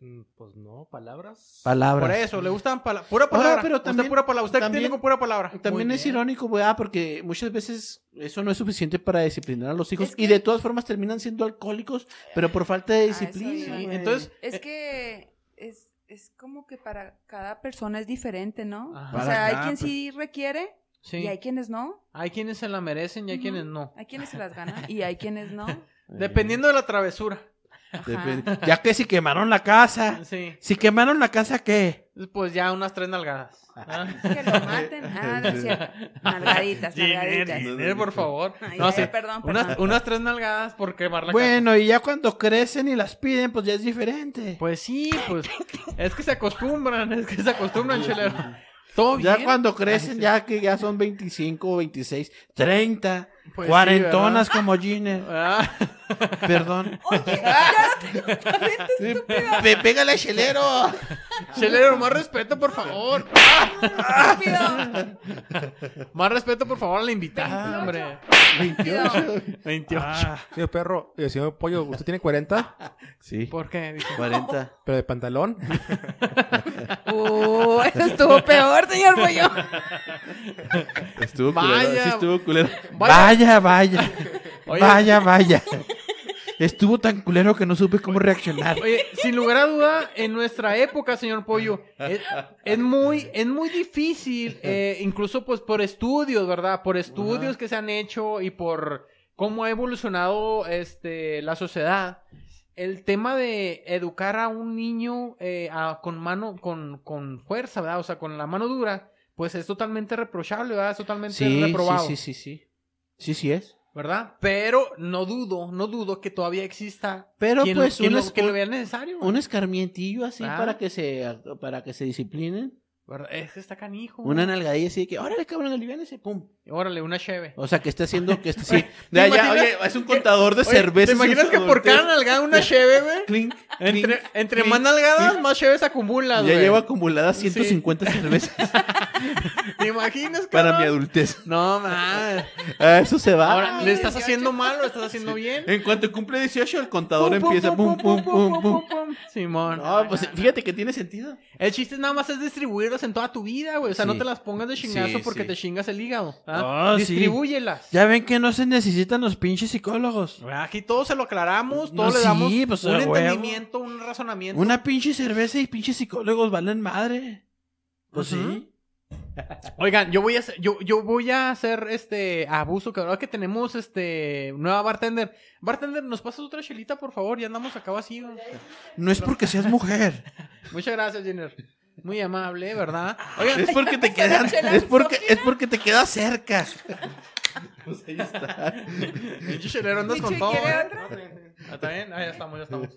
E: Mm, Pues no, palabras.
C: Palabras.
B: Por eso, le gustan pala- pura
C: Ahora,
B: palabra.
C: pero
B: Usted
C: también-
B: pura palabra. Usted
C: también-
B: tiene con pura palabra.
C: También
B: Muy
C: es
B: bien.
C: irónico, güey, ah, porque muchas veces eso no es suficiente para disciplinar a los hijos
D: Es
C: y
D: que- Ah,
C: de todas formas terminan siendo alcohólicos, pero por falta de
D: eso
C: disciplina. Eh,
D: iba.
B: Sí,
C: güey.
B: entonces,
D: Es que es, es como que para cada persona es diferente, ¿no?
B: Ajá.
D: O
A: Para-
D: sea, hay
A: ah,
D: quien
A: pues-
D: sí requiere
B: sí,
D: y hay
B: hay...
D: quienes no.
B: quienes se la merecen y hay
D: Ujú.
B: quienes no.
D: Hay quienes se las ganan y hay quienes no.
B: Dependiendo de la travesura.
D: Ajá.
C: Depende.
A: Ya que si quemaron la casa.
B: Sí.
A: Si quemaron la casa, ¿qué?
B: Pues ya unas tres nalgadas. Ah.
D: Que lo maten. Ah, no es cierto. Nalgaditas, nalgaditas.
B: Dinero, por favor.
D: Ay,
B: No,
D: ay,
B: sí.
D: perdón, perdón.
B: Unas, unas tres nalgadas por quemar la casa.
A: Bueno, y ya cuando crecen y las piden, pues ya es diferente.
B: Pues sí, pues es que se acostumbran, es que se acostumbran, chelero. Todo bien.
C: Ya cuando crecen, ya que ya son 25, 26, 30,
B: Pues sí,
A: Cuarentonas como Giner.
B: ¿verdad? Ah,
C: perdón.
D: Oye, ya no tengo talento.
C: Pe- ¡Pégale, chelero!
B: chelero, más respeto, por favor.
D: Estúpido.
B: Más respeto, por favor, a la invitada, hombre.
C: 28.
B: 28.
A: Ah.
E: Señor perro, eh, señor pollo, usted tiene 40,
C: Sí,
B: ¿Por qué? Dice.
C: 40.
E: pero de pantalón.
D: Uh, eso estuvo peor, señor Pollo.
C: Estuvo
B: Vaya.
C: culero, sí estuvo culero.
A: Vaya, vaya.
B: Oye.
A: Vaya, vaya. Estuvo tan culero que no supe cómo reaccionar.
B: Oye, sin lugar a duda, en nuestra época, señor Pollo, es, es muy, es muy difícil, eh, incluso pues por estudios, ¿verdad? Por estudios que se han hecho y por cómo ha evolucionado este la sociedad. El tema de educar a un niño eh, a- con mano, con, con fuerza, ¿verdad? O sea, con la mano dura, pues es totalmente reprochable, ¿verdad? Es totalmente
C: Sí,
B: reprobado.
C: sí, sí, sí, sí. Sí, sí es.
B: ¿Verdad? Pero no dudo, no dudo que todavía exista
C: Pero
B: quien,
C: pues
B: quien
C: un,
B: lo,
C: es-
B: quien lo vea necesario.
C: un escarmientillo así
B: Ah.
C: para que se para que se disciplinen.
B: ¿verdad? Es que está canijo.
C: Una nalgadilla así de que, órale, cabrón, aliviánese, pum.
B: Órale, una cheve.
C: O sea, que está haciendo que está sí.
B: ¿te
C: Ya, ya,
B: imaginas?
C: oye, es un contador de
B: Oye,
C: cerveza.
B: ¿Te imaginas que por cada nalgada una cheve, güey?
C: Clink,
B: Entre,
C: clink.
B: entre más nalgadas, más cheves acumulas,
C: Ya
B: güey.
C: llevo acumuladas
B: Sí.
C: 150 cervezas
B: ¿Te imaginas,
C: para mi
B: cabrón?
C: adultez.
B: No, mames.
C: A eso se va.
B: Ahora, ¿le estás haciendo mal o lo estás haciendo bien?
C: en cuanto cumple 18, el contador
B: Pum, pum,
C: empieza. Pum, pum, pum, pum,
B: pum. Simón.
C: No, pues fíjate que tiene sentido.
B: El chiste nada más es distribuirlas en toda tu vida, güey. O sea, no
C: Sí.
B: te las pongas de chingazo
C: Sí,
B: porque
C: sí.
B: te chingas el hígado.
A: Ah,
B: ¿ah?
A: sí.
B: Distribúyelas.
A: Ya ven que no se necesitan los pinches psicólogos.
B: Aquí todo se lo aclaramos,
A: No,
B: todo le
A: sí,
B: damos
A: pues,
B: un
A: a huevo.
B: entendimiento, un razonamiento.
A: Una pinche cerveza y pinches psicólogos valen madre. Pues
B: Ujú.
A: sí.
B: Oigan, yo voy a hacer, yo, yo voy a hacer este abuso, que ahora que tenemos este nueva bartender. Bartender, ¿nos pasas otra chelita, por favor? Ya andamos acá vacíos.
A: No es porque seas mujer.
B: Muchas gracias, Jenner. Muy amable, ¿verdad? Oigan,
C: Es porque te quedan. Es porque, es porque te queda cerca. Pues ahí está.
B: pinche chelero, andas con
D: Michi,
B: todo.
D: ¿quiere
B: ¿eh?
D: otra?
B: Ah, ¿Está bien? Ah, ya estamos, ya estamos.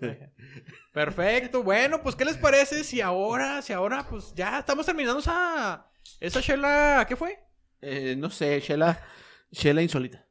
B: Perfecto. Bueno, pues, ¿qué les parece si ahora, si ahora, pues, ya estamos terminando esa, esa chela, ¿qué fue?
C: Eh, no sé, Shela. Shela insolita.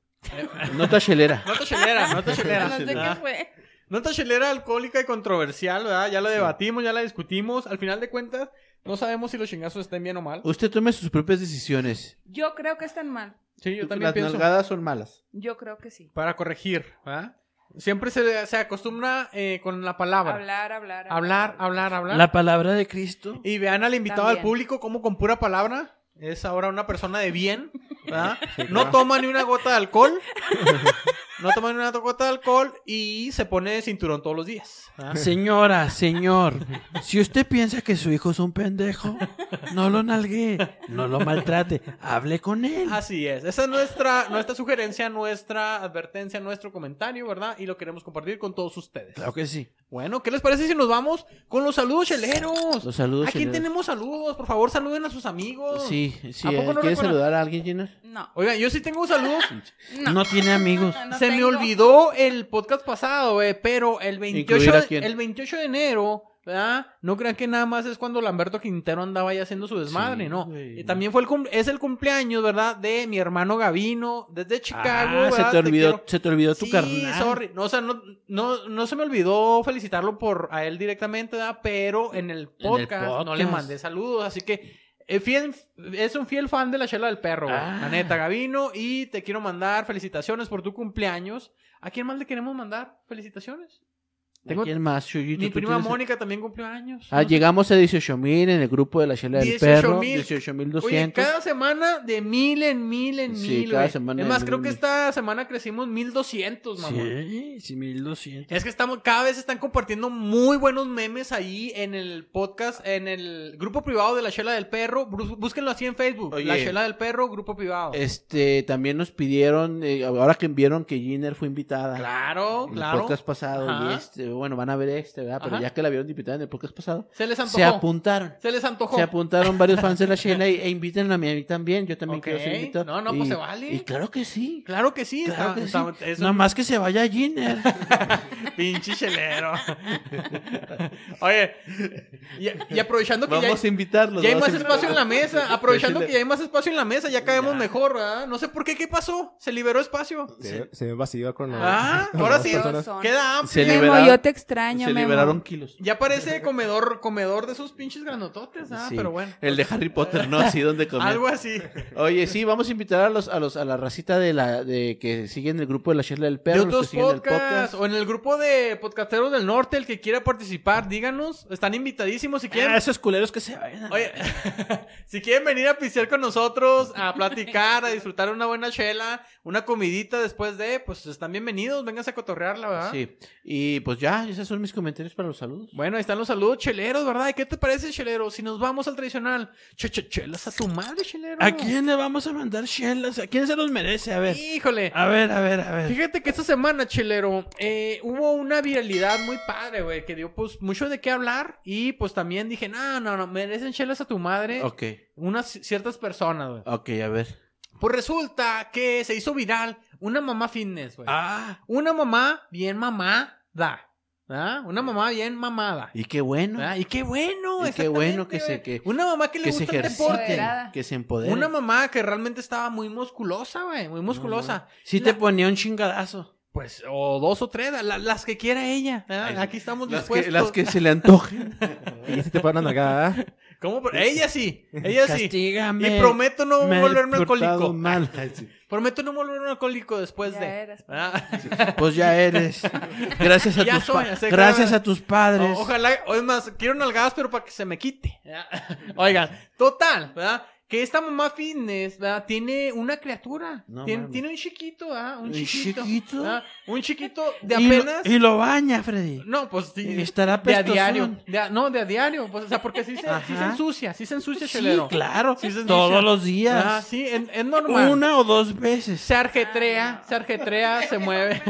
C: Nota Shelera.
B: Nota chelera, nota chelera.
D: No sé qué
B: Ah.
D: fue.
B: Nota chelera alcohólica y controversial, ¿verdad? Ya la debatimos, ya la discutimos. Al final de cuentas, no sabemos si los chingazos estén bien o mal.
C: Usted tome sus propias decisiones.
D: Yo creo que están mal.
B: Sí, yo también
C: Las
B: pienso.
C: nalgadas son malas.
D: Yo creo que sí.
B: Para corregir, ¿verdad? Siempre se, se acostumbra eh, con la palabra.
D: Hablar, hablar.
B: Hablar, hablar, hablar.
A: La palabra de Cristo.
B: Y vean al invitado al
D: También.
B: público como con pura palabra es ahora una persona de bien, ¿verdad? No
E: claro.
B: toma ni una gota de alcohol. No toma ni una gota de alcohol y se pone cinturón todos los días. ¿verdad?
A: Señora, señor, si usted piensa que su hijo es un pendejo, no lo nalgue, no lo maltrate, hable con él.
B: Así es. Esa es nuestra, nuestra sugerencia, nuestra advertencia, nuestro comentario, ¿verdad? Y lo queremos compartir con todos ustedes.
A: Claro que sí.
B: Bueno, ¿qué les parece si nos vamos con los saludos cheleros?
C: Los saludos.
B: ¿A quién
C: cheleros.
B: tenemos saludos? Por favor, saluden a sus amigos.
C: Sí, sí.
B: ¿A poco
C: eh,
B: no
C: ¿Quieres
B: recuerda?
C: saludar a alguien, Jenner?
D: No.
B: Oigan, yo sí tengo saludos. Ah,
A: No, tiene amigos.
D: No, no
B: Se me
D: tengo.
B: olvidó el podcast pasado, güey, pero el 28,
C: ¿Incluir a
B: de-
C: quién?
B: el 28 de enero, ¿verdad? No crean que nada más es cuando Lamberto Quintero andaba ya haciendo su desmadre,
C: Sí,
B: ¿no?
C: güey.
B: Eh, También fue el cum- es el cumpleaños, ¿verdad? De mi hermano Gavino, desde Chicago,
C: Ah, se
B: ¿verdad?
C: te olvidó,
B: quiero.
C: se te olvidó tu
B: sí,
C: carnal.
B: sorry. No, o sea, no, no, no se me olvidó felicitarlo por a él directamente, ¿verdad? Pero en el podcast, no le
A: podcast.
B: mandé saludos, así que eh, fiel- es un fiel fan de la chela del perro, güey.
A: Ah.
B: la neta, Gavino, y te quiero mandar felicitaciones por tu cumpleaños. ¿A quién más le queremos mandar felicitaciones?
C: ¿A
B: Tengo-
C: quién más, Chuyito?
B: Mi
C: ¿Tú
B: prima
C: tienes-
B: Mónica también cumplió años.
C: Ah, llegamos a 18.000 en el grupo de la chela del
B: 18,000.
C: perro.
B: Oye,
C: 18.200.
B: cada semana de mil en mil en
C: Sí,
B: mil.
C: cada
B: güey.
C: semana
B: es
C: de
B: más,
C: mil
B: creo
C: en
B: que
C: mil.
B: esta semana crecimos 1200, mamón.
A: Sí, sí, 1200.
B: Es que estamos, cada vez están compartiendo muy buenos memes ahí en el podcast, en el grupo privado de la Chela del Perro. Brus- Búsquenlo así en Facebook.
C: Oye.
B: La Chela del Perro, grupo privado.
C: Este, también nos pidieron, eh, ahora que vieron que Jenner fue invitada.
B: claro,
C: En el
B: claro.
C: podcast pasado
B: Ajá.
C: y este, bueno, van a ver este, ¿verdad? Pero
B: Ajá.
C: ya que la vieron invitada en el podcast pasado,
B: Se les
C: se
B: antojó.
C: apuntaron.
B: Se, les antojó.
C: Se apuntaron varios fans de la Shela y, e invítenme a mí, a mí también. Yo también
B: Ok.
C: quiero ser invitado.
B: No, no, pues
C: Y-
B: se vale.
C: Y claro que sí.
B: Claro que sí.
A: Claro que
B: está- está- es un
A: Nada más que se vaya Giner.
B: pinche chelero. Oye, y, y aprovechando que ya hay-
C: Vamos a invitarlos.
B: Ya hay
C: vamos
B: más
C: a
B: espacio en la
C: invitarlos.
B: mesa. Aprovechando
C: Chile.
B: que ya hay más espacio en la mesa, ya caemos
A: Ya.
B: mejor, ¿verdad? No sé por qué, ¿qué pasó? Se liberó espacio.
E: Se, ve- se ve vacío con los-
B: Ah,
E: con
B: ahora
E: las
B: sí.
E: personas.
D: Son-
B: Queda amplio.
C: Se
D: Memo,
C: liberaron-
D: yo te extraño,
C: Se
D: Memo.
C: liberaron kilos.
B: Ya parece comedor, comedor de esos pinches granototes, ah,
C: Sí.
B: pero bueno.
C: El de Harry Potter, ¿no? Así donde comer.
B: Algo así.
C: Oye, sí, vamos a invitar a los, a los, a la racita de la, de que siguen el grupo de la Shela del
B: De
C: Perro, los que
B: otros
C: siguen el
B: podcasts
C: podcast.
B: o en el grupo de podcasteros del norte, el que quiera participar, díganos. Están invitadísimos si
A: Ah,
B: quieren.
A: esos culeros que se vayan. a-
B: Oye, si quieren venir a pisear con nosotros, a platicar, a disfrutar una buena chela, una comidita después de, pues están bienvenidos, vénganse a cotorrearla, ¿verdad?
C: Sí. Y pues ya, esos son mis comentarios para los saludos.
B: Bueno, ahí están los saludos cheleros, ¿verdad? ¿Y qué te parece, chelero? Si nos vamos al tradicional, che, che, chelas a tu madre, chelero.
A: ¿A quién le vamos a mandar chelas? ¿A quién se los merece? A ver.
B: Híjole.
A: A ver, a ver, a ver.
B: Fíjate que esta semana, chelero, eh, hubo una viralidad muy padre, güey, que dio pues mucho de qué hablar y pues también dije, no, no, no, merecen chelas a tu madre
C: Ok,
B: unas ciertas personas, güey.
C: ok, a ver.
B: Pues resulta que se hizo viral una mamá fitness, güey.
A: Ah,
B: Una mamá bien mamada, ¿verdad? Una mamá bien mamada.
C: Y qué bueno.
B: ¿verdad? Y qué bueno.
C: Y qué bueno
B: exactamente,
C: que se-
B: güey.
C: que-
B: Una mamá que le
C: que se
B: gusta el
C: ejercite,
B: deporte.
D: Empoderada.
C: que se empodere.
B: Una mamá que realmente estaba muy musculosa, güey. Muy musculosa.
C: Sí te
B: La-
C: ponía un chingadazo.
B: Pues, o dos o tres, la- las que quiera ella. ¿verdad?
C: Ay,
B: Aquí estamos
C: Las
B: dispuestos.
C: que, las que se le antojen.
E: Y si te paran una nalgada, ¿eh?
B: ¿Cómo? Pero Ella sí, ella sí.
C: Castígame.
B: Y prometo no
C: me he
B: volverme
C: portado
B: alcohólico.
C: mal. Ay, sí.
B: Prometo no volverme alcohólico después
D: Ya
B: de.
D: eras, pues.
B: ¿verdad?
C: Pues ya eres. Gracias a
B: Ya
C: tus
B: soy,
C: pa-
B: ya sé,
C: Gracias
B: claro.
C: a tus padres.
B: O- ojalá, o es más, quiero nalgadas, pero para que se me quite. ¿verdad? Oigan, total, ¿verdad? Que esta mamá fitness, ¿verdad? Tiene una criatura.
C: No
B: tiene,
C: mames.
B: tiene un chiquito, ¿verdad? Un
C: ¿Un
B: chiquito.
C: chiquito?
B: ¿verdad? Un chiquito de
C: Y lo-
B: apenas.
C: Y lo, baña, Freddy.
B: No, pues sí. De
C: Estará
B: a
C: pestosón.
B: diario. De a- no, de a diario. Pues, o sea, porque sí se, sí se
C: Ajá.
B: ensucia, sí se ensucia,
C: Sí,
B: chelero.
C: claro.
B: Sí se ensucia.
C: Todos los días.
B: Ah, sí, es, es normal.
C: Una o dos veces.
B: Se arjetrea,
D: Ah, no.
B: se arjetrea, se mueve.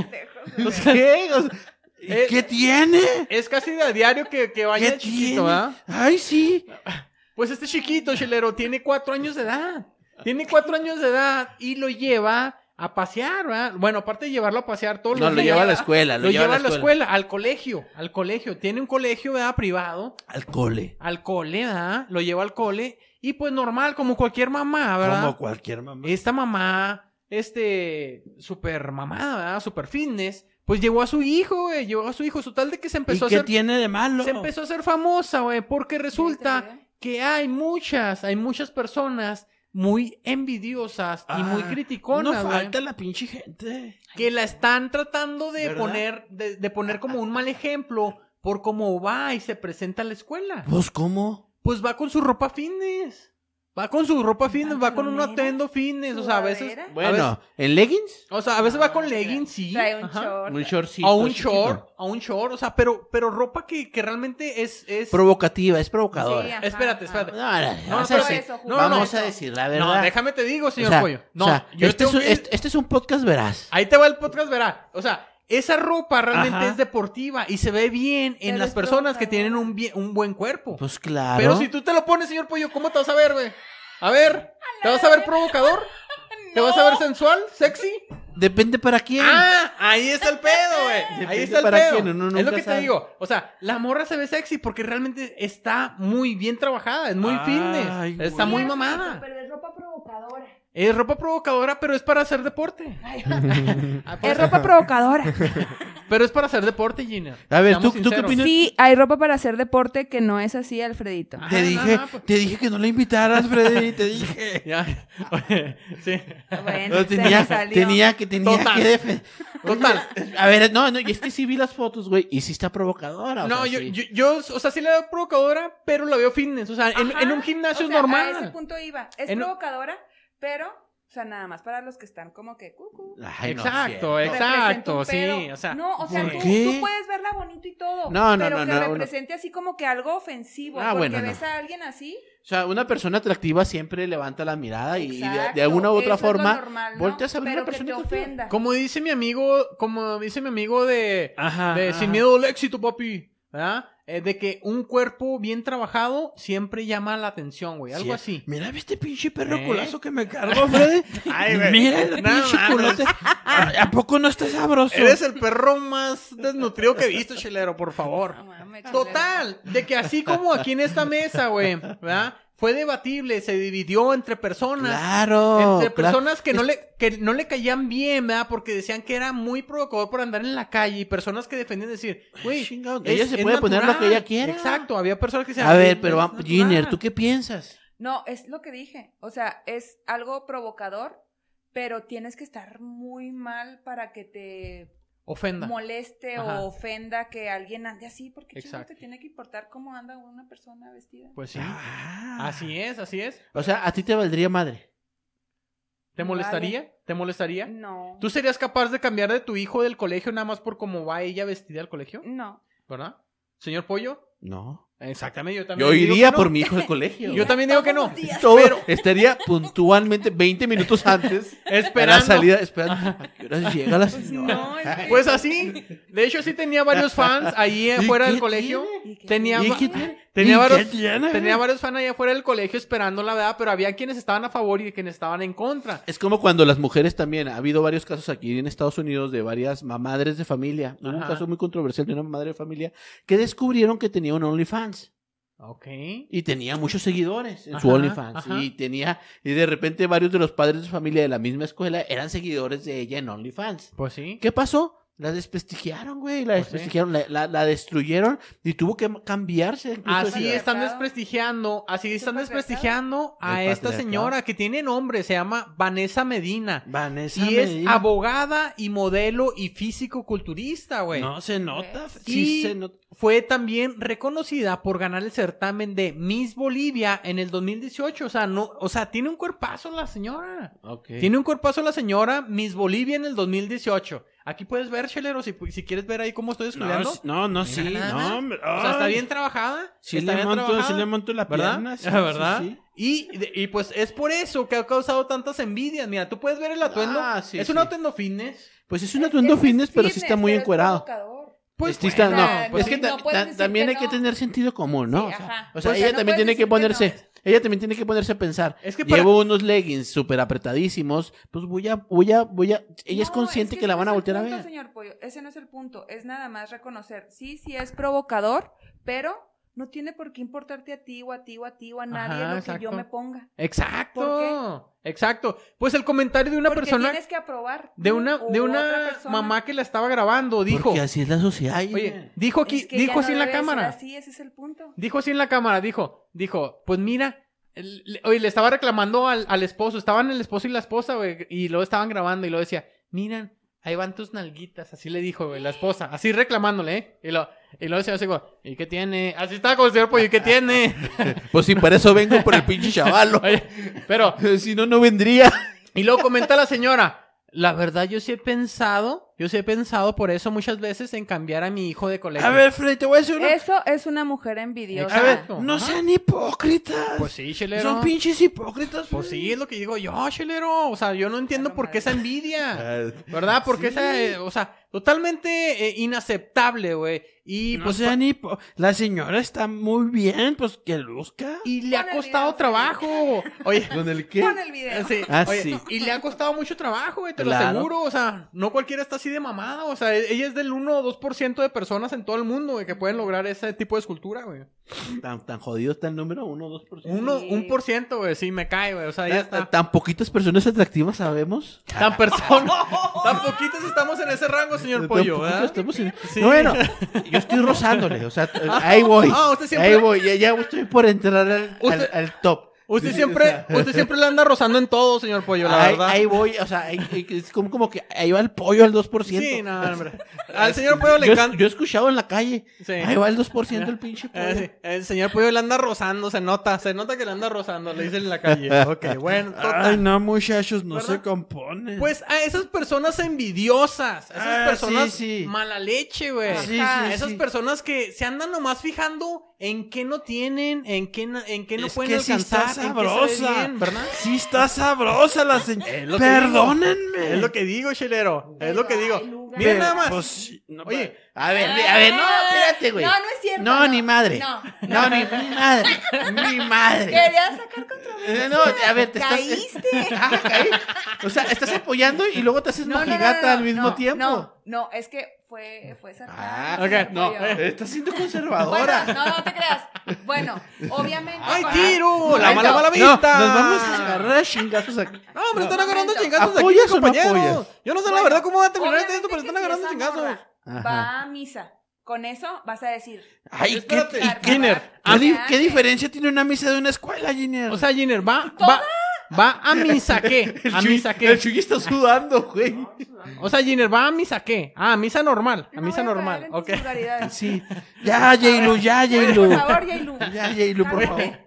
D: Los
C: ¿Qué? O sea, ¿y
B: Eh,
C: ¿Qué tiene?
B: Es casi de a diario que, que
C: ¿Qué
B: baña el
C: tiene?
B: chiquito, ¿verdad?
C: Ay, sí.
B: Pues este chiquito, chelero, tiene cuatro años de edad. Tiene cuatro años de edad y lo lleva a pasear, ¿verdad? Bueno, aparte de llevarlo a pasear todos
C: No,
B: los
C: lo
B: días.
C: lleva a la escuela.
B: Lo, lleva a la escuela. al colegio, al colegio. Tiene un colegio, ¿verdad? Privado,
C: Al cole.
B: al cole, ¿verdad? Lo lleva al cole y pues normal, como cualquier mamá, ¿verdad?
C: Como cualquier mamá.
B: esta mamá, este, super mamada, ¿verdad? super fitness, pues llevó a su hijo, güey, llevó a su hijo, su tal de que se
C: ¿Y
B: empezó a
C: qué
B: hacer,
C: tiene de malo?
B: se empezó a hacer famosa, güey, porque resulta
D: ¿eh?
B: que hay muchas, hay muchas personas muy envidiosas y muy
C: Ah, No
B: criticonas, güey,
C: falta la pinche gente.
B: que la están tratando de
C: ¿Verdad?
B: poner, de, de poner como un mal ejemplo por cómo va y se presenta a la escuela.
C: ¿Vos cómo?
B: Pues va con su ropa fitness. Va con su ropa fitness, va con un
D: Pantalonera,
B: atendo fitness, o sea, a veces...
D: sudadera.
B: a veces-
C: Bueno, ¿en leggings?
B: O sea, a veces va con leggings, sí.
D: Ah, Trae un
B: ajá.
D: short.
C: Un shortcito.
B: A un
C: chiquito.
B: short, a un short, o sea, pero, pero ropa que, que realmente es, es...
C: Provocativa, es provocadora.
D: Sí, ajá,
B: Espérate,
D: ajá.
B: espérate.
C: No, no, no,
B: No,
C: vamos
B: pero
C: a decir,
D: eso,
B: no,
C: vamos
D: no.
C: a decir la
B: no,
C: verdad.
B: déjame te digo,
C: O
B: señor
C: sea,
B: Pollo. No,
C: o sea,
B: yo
C: este, es
B: tengo
C: un,
B: que-
C: este, este es un podcast veraz.
B: Ahí te va el podcast, verá. O sea, esa ropa realmente
C: Ajá.
B: es deportiva y se ve bien en
D: Pero
B: las
D: es
B: personas que
D: provocadora.
B: tienen un, bien- un buen cuerpo.
C: Pues claro.
B: Pero si tú te lo pones, señor Pollo, ¿cómo te vas a ver, güey? A ver, ¿te vas a ver provocador? ¿Te vas a ver sensual? ¿Sexy?
C: Depende para quién.
B: Ah, ahí está el pedo, güey. Ahí
C: Depende
B: está el
C: para
B: pedo.
C: quién, uno
B: es
C: nunca
B: lo que
C: sabe.
B: te digo. O sea, la morra se ve sexy porque realmente está muy bien trabajada, es muy
A: Ay,
B: fitness,
A: güey.
B: está muy
D: Mira,
B: mamada.
D: Pero es ropa provocadora.
B: Es ropa provocadora, pero es para hacer deporte.
D: Ay,
B: Ah, para
D: es
B: hacer-
D: ropa provocadora.
B: Pero es para hacer deporte, Gina.
C: A ver,
B: Seamos
C: ¿tú- tú qué
B: sinceros.
C: opinas?
D: Sí, hay ropa para hacer deporte que no es así, Alfredito.
B: Ah,
C: Te
B: no,
C: dije,
B: no, pues-
C: te dije que no la invitaras, Freddy, te dije.
B: Ya. Oye, sí.
D: Bueno,
C: No,
D: se me
C: tenía,
D: salió.
C: tenía que, tenía
B: Total.
C: que defender.
B: Total.
C: A ver, no, no, y es que sí vi las fotos, güey, y sí está provocadora. o
B: No,
C: sea,
B: yo,
C: sí.
B: yo, yo, o sea, sí la veo provocadora, pero la veo fitness. O sea, en,
D: Ajá,
B: en un gimnasio
D: o sea,
B: es normal.
D: A ese punto iba. Es
B: En-
D: provocadora, pero, o sea, nada más para los que están como que cucu.
C: Ay, no,
B: Exacto,
C: sí.
B: exacto,
D: representa un
B: sí.
D: pedo.
B: O sea,
D: no, o sea,
B: sí.
D: tú,
C: ¿Qué?
D: tú puedes verla bonito y todo.
C: No, no,
D: pero
C: no,
D: que
C: no, no.
D: represente así como que algo ofensivo.
C: Ah,
D: porque
C: bueno, no.
D: ves a alguien así.
C: O sea, una persona atractiva siempre levanta la mirada y de,
D: Exacto,
C: de alguna u
D: eso
C: otra
D: es lo
C: forma
D: normal, ¿no?
C: volteas a ver
D: Pero
C: una persona
D: que te
C: atractiva.
D: ofenda.
B: Como dice mi amigo, como dice mi amigo de,
A: Ajá.
B: de
A: ajá.
B: Sin Miedo al Éxito, papi, ¿verdad? Eh, de que un cuerpo bien trabajado siempre llama la atención, güey, algo
C: Sí.
B: así.
A: Mira, ¿viste pinche perro
B: ¿Eh?
A: colazo que me cargó, Freddy?
B: Ay, güey.
A: Mira el
B: No
A: pinche
B: mames.
A: culote. ¿A a poco no está sabroso?
B: Eres el perro más desnutrido que he visto, chelero, por favor.
D: No mames,
B: Total, de que así como aquí en esta mesa, güey, ¿verdad? Fue debatible, se dividió entre personas.
C: Claro.
B: entre
C: claro.
B: personas que no le que no le caían bien, ¿verdad? Porque decían que era muy provocador por andar en la calle y personas que defendían decir, güey,
C: Chingado,
B: es-
C: ella se
B: es
C: puede poner lo que
B: natural".
C: ella quiera.
B: Exacto, había personas que decían,
C: A
B: "Es
C: ver, pero vamos,
B: natural".
C: Giner, ¿tú qué piensas?
D: No, es lo que dije. O sea, es algo provocador, pero tienes que estar muy mal para que te
B: ofenda.
D: moleste
B: Ajá.
D: o ofenda que alguien ande así, porque chingados,
B: Exacto.
D: te tiene que importar cómo anda una persona vestida.
B: Pues sí.
C: Ah.
B: Así es, así es.
C: O sea, a ti te valdría madre.
B: ¿Te
D: Vale.
B: molestaría? ¿Te molestaría?
D: No.
B: ¿Tú serías capaz de cambiar de tu hijo del colegio nada más por cómo va ella vestida al colegio?
D: No.
B: ¿Verdad? Señor Pollo,
C: No.
B: Exactamente, yo también.
C: Yo
B: digo
C: iría
B: que no.
C: por mi hijo al colegio.
B: Yo
C: güey.
B: también digo que no.
D: Todos los días.
C: Todo- estaría puntualmente 20 minutos antes de la
B: Esperando.
C: salida, esperando. ¿A qué hora llega la señora?
D: No, es que-
B: Pues así. De hecho, sí tenía varios fans ahí afuera
C: qué
B: del colegio.
D: ¿Y qué?
B: Tenía,
C: ¿Y
B: va-
C: qué tiene?
B: tenía
A: ¿Y
B: varios.
A: qué tiene?
B: Tenía varios fans ahí afuera del colegio esperando la verdad, pero había quienes estaban a favor y quienes estaban en contra.
C: Es como cuando las mujeres también, ha habido varios casos aquí en Estados Unidos de varias mamadres de familia. Hubo un
B: Ajá.
C: caso muy controversial de una mamadre de familia que descubrieron que tenía un OnlyFans
B: Ok.
C: y tenía muchos seguidores en su
B: Ajá,
C: OnlyFans
B: ajá.
C: y tenía y de repente varios de los padres de familia de la misma escuela eran seguidores de ella en OnlyFans.
B: Pues sí.
C: ¿Qué pasó? La desprestigiaron, güey, la
B: Pues sí.
C: desprestigiaron, la, la- la destruyeron y tuvo que cambiarse. incluso
B: Así
C: ella.
B: están
D: Patriarcado.
B: desprestigiando, así
D: Es un
B: están
D: patriarcado.
B: desprestigiando a
C: El
B: esta
C: patriarcado.
B: señora que tiene nombre, se llama Vanessa Medina.
C: Vanessa
B: Y es
C: Medina.
B: abogada y modelo y físico-culturista, güey.
A: No se nota.
D: ¿Ves?
B: Y-
A: Sí se nota.
B: Fue también reconocida por ganar el certamen de Miss Bolivia en el 2018. O sea, no, o sea, tiene un cuerpazo la señora.
C: Ok.
B: Tiene un cuerpazo la señora Miss Bolivia en el 2018. Aquí puedes ver, Chelero, si, pu- si quieres ver ahí cómo estoy
A: No,
B: escribiendo.
A: s- no, no, sí,
B: nada más.
A: no, hombre.
B: O sea, está
A: ay,
B: bien trabajada.
A: Sí
B: está
A: le,
B: bien
A: monto, sí
B: trabajada.
A: le monto la
B: ¿Verdad?
A: pierna. sí,
B: ¿Verdad?
A: sí, sí.
B: Y, de- y pues es por eso que ha causado tantas envidias. Mira, tú puedes ver el atuendo.
C: Ah, sí,
B: es un
C: sí.
B: atuendo fitness.
C: Pues es un atuendo
D: Es que es
C: fitness, pero sí está
D: fitness,
C: muy
D: pero es
C: encuerado.
D: provocador.
B: Pues
C: Sí está-
B: bueno,
D: no,
B: pues
C: es que
B: sí.
C: ta-
D: no puedes
C: ta-
D: decir
C: también
D: que
C: hay que
D: no.
C: tener sentido común, ¿no?
D: Sí,
C: o sea,
D: ajá.
C: o sea,
D: Pues,
C: ella
D: no
C: también
D: puedes
C: tiene que
D: decir que
C: ponerse,
D: no.
C: ella también tiene que ponerse a pensar.
B: Es que para-
C: Llevo unos leggings súper apretadísimos, pues voy a, voy a, voy a. Ella es
D: No,
C: consciente que,
D: ese
C: la
D: no
C: van a
D: es el
C: voltear a
D: punto,
C: ver.
D: señor Pollo, ese no es el punto. Es nada más reconocer. Sí, sí es provocador, pero no tiene por qué importarte a ti o a ti o a ti o a nadie
B: Ajá,
D: lo
B: exacto.
D: que yo me ponga.
B: Exacto. Exacto. Pues el comentario de una
D: Porque
B: persona,
D: tienes que aprobar.
B: de
D: tú
B: una,
D: o
B: de
D: otra
B: una
D: persona.
B: mamá que la estaba grabando, dijo.
C: Porque así es la sociedad.
B: Oye, dijo aquí,
D: Es que
B: dijo
D: ya
B: así
D: no
B: en la
D: debe de ser
B: cámara.
D: Así, ese es el punto.
B: Dijo así en la cámara, dijo, dijo, pues mira, el- le- oye, le estaba reclamando al, al esposo, estaban el esposo y la esposa, güey, y luego estaban grabando y luego decía, miran, ahí van tus nalguitas, así le dijo, güey, la esposa, así reclamándole, ¿eh? Y, lo, y luego decía así, güey, ¿y qué tiene? Así estaba con el señor
A: Ah,
B: Pollo, ¿y qué tiene?
C: Pues sí, para eso vengo por el pinche chavalo.
B: Oye, pero,
C: si no, no vendría.
B: y luego comenta la señora, la verdad yo sí he pensado, yo sí he pensado por eso muchas veces en cambiar a mi hijo de colegio.
A: A ver, Freddy, te voy a decir una.
D: Eso es una mujer envidiosa.
A: A ver,
B: Exacto,
A: no
B: ajá.
A: sean hipócritas.
B: Pues sí, chelero.
A: Son pinches hipócritas.
B: Pues
A: Freddy.
B: sí, es lo que digo yo, chelero. O sea, yo no entiendo
D: Claro,
B: por qué
D: madre.
B: esa envidia. ¿Verdad? Porque esa, eh, o sea, totalmente eh, inaceptable, güey. Y
A: No
B: pues
A: sean hipo- La señora está muy bien, pues que luzca.
B: y le ha
D: Pon el
B: costado
D: video,
B: trabajo. Oye,
C: ¿Con el qué?
D: Pon el video.
B: sí,
C: Ah,
B: oye,
C: sí.
B: y le ha costado mucho trabajo, güey, te lo
C: Claro.
B: aseguro. O sea, no cualquiera está así de mamada. O sea, e- ella es del 1 o 2% de personas en todo el mundo, güey, que pueden lograr ese tipo de escultura, güey.
C: Tan, tan jodido está el número, uno, dos por ciento.
B: Uno,
D: Sí.
B: un por ciento, güey, sí, me cae, güey. O sea, ella
C: Tan,
B: está.
C: tan- tan poquitas personas atractivas sabemos.
B: Tan persona. Tan poquitos estamos en ese rango, señor
C: Tan
B: Pollo,
C: poquitas
B: ¿verdad?
C: estamos en-
B: Sí.
C: este, pues, No, bueno, yo estoy rozándole, o sea, t- ahí voy.
B: Ah, usted siempre-
C: Ahí voy, ya, ya estoy por entrar al, al-
B: Usted-
C: al top.
B: Usted
C: Sí,
B: siempre,
C: o sea,
B: usted siempre le anda rozando en todo, señor Pollo, la
C: ahí,
B: verdad.
C: ahí voy, o sea, ahí- es como, como que ahí va el pollo al 2%.
B: sí, no, hombre. Al señor Pollo le
C: yo,
B: encanta.
C: yo he escuchado en la calle,
B: Sí.
C: ahí va el 2% el pinche pollo.
B: Eh, sí, El señor Pollo le anda rozando, se nota, se nota que le anda rozando, le dicen en la calle. Ok, bueno, total.
A: Ay, no, muchachos, no
B: ¿Verdad?
A: se componen.
B: Pues a esas personas envidiosas, a esas
A: Ah,
B: personas
A: sí, sí.
B: mala leche, güey.
D: Ah,
A: sí,
B: A
A: sí,
B: esas
A: sí.
B: personas que se andan nomás fijando en qué no tienen, en qué, na- en qué no
A: Es
B: pueden
A: que sí está
B: alcanzar, en qué se ve
A: sabrosa.
B: bien, ¿verdad?
A: Sí está sabrosa la
B: Es
A: señora.
B: lo que digo.
A: Perdónenme.
B: Es lo que digo, chelero. Es lo que
D: Ay,
B: digo.
D: lugar.
B: Miren nada más.
A: Pues, sí, no,
B: Oye,
C: A ver, a ver, no, espérate, güey.
D: No, no es cierto.
C: No, ni madre.
D: No.
C: No, ni, ni madre, ni madre.
D: Querías sacar contra mí.
C: Eh, No, a ver, te estás...
D: Caíste.
C: Ah, caí. O sea, estás apoyando y luego te haces
D: No, no, no,
C: mojigata
D: no, no,
C: al mismo
D: no,
C: tiempo.
D: No, no, es que fue, fue
C: Ah,
D: sarcasmo,
B: ok, no,
D: pollo.
B: eh,
C: Estás siendo
D: Bueno,
C: conservadora.
D: no, no te creas. Bueno, obviamente.
B: ¡Ay,
D: con-
B: tiro! ¡La mala,
D: Momento.
B: mala
C: No,
B: vista!
C: nos vamos a
B: Ah.
C: agarrar a chingazos aquí.
B: No, hombre, están agarrando
D: Momento.
B: chingazos aquí,
C: ¿Apoyas o no
B: compañero.
C: apoyas?
B: Yo no sé la
D: Bueno,
B: verdad cómo va a terminar este
D: obviamente
B: esto, pero están
D: que si
B: agarrando
D: esa
B: chingazos.
D: morra
C: Ajá.
D: Va a misa. Con eso vas a decir.
C: Ay, ¿qué,
B: Espérate.
C: y qué-
D: Kinder,
C: qué di-
D: ah,
C: qué
D: sí.
C: diferencia tiene una misa de una escuela, Giner?
B: O sea, Giner, va, va, va a mi saque. A mi saque.
C: Chuy está sudando, güey.
B: O sea, Giner, va a mi saque. Ah, a misa normal. A
D: No
B: misa
D: voy caer
B: normal.
D: en tus
B: Ok.
D: vulgaridades.
C: Sí. Ya, Jaylu, ya,
D: Bueno,
C: Jaylu.
D: Por favor, Jaylu.
C: Ya, Jaylu, por favor.
D: Cálmate.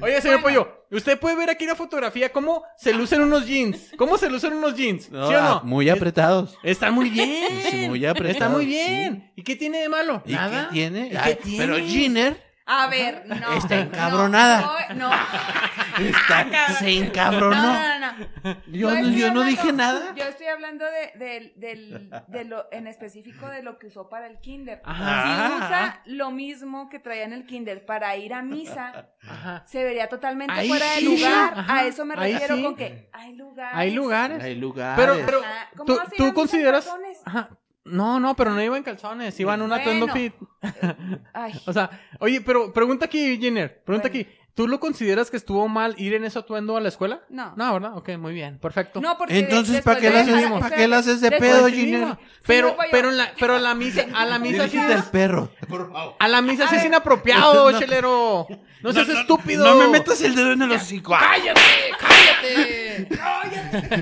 B: Oye, señor
D: Bueno.
B: Pollo, usted puede ver aquí una fotografía cómo se lucen unos jeans. ¿Cómo se lucen unos jeans?
C: No,
B: ¿Sí o no?
C: ah, Muy apretados.
B: Está muy bien.
C: Sí, muy apretados.
B: Está muy bien. ¿Y qué tiene de malo?
C: sí. ¿Y
B: Nada.
C: qué tiene?
B: ¿Y qué
C: Ay,
B: tiene?
C: Pero Giner
D: A ver, no.
C: Está encabronada.
D: No, no,
C: está- se
D: no,
C: encabronó.
D: no, no, no.
C: Yo,
D: estoy
C: yo no
D: hablando-
C: dije nada.
D: Yo estoy hablando de, del- del- de lo, en específico de lo que usó para el kinder.
B: Ajá.
D: Si usa lo mismo que traía en el kinder para ir a misa,
B: Ajá.
D: se vería totalmente
B: Ahí
D: fuera de
B: sí,
D: lugar.
B: ajá.
D: A eso me
B: Ahí
D: refiero
B: sí.
D: con que hay lugares.
B: Hay lugares.
C: Hay lugares.
B: Pero, pero,
D: Ajá. ¿Cómo
B: ¿tú,
D: vas a ir
B: tú
D: a misa en
B: consideras?
D: calzones?
B: Ajá. No, no, pero no iba en calzones, iba en un
D: Bueno.
B: atuendo fit.
D: Ay,
B: O sea, oye, pero pregunta aquí, Jenner, pregunta
D: Bueno.
B: aquí. ¿Tú lo consideras que estuvo mal ir en ese atuendo a la escuela?
D: no.
B: No, ¿verdad? Ok, muy bien, perfecto.
D: No, porque
C: Entonces, ¿para qué
D: después
C: la
D: de-
C: haces,
B: decidimos.
C: pa' qué la haces de
D: Después
C: pedo,
B: Coincidimos.
C: Giner?
B: Pero,
D: Sí, voy yo.
B: pero, en la, pero a la misa, a la misa sí
C: Dirígete
A: Ah.
B: es,
C: al perro.
B: a la misa sí es inapropiado, chelero. No seas estúpido.
A: No me metas el dedo en el hocico.
B: ¡Cállate! ¡Cállate!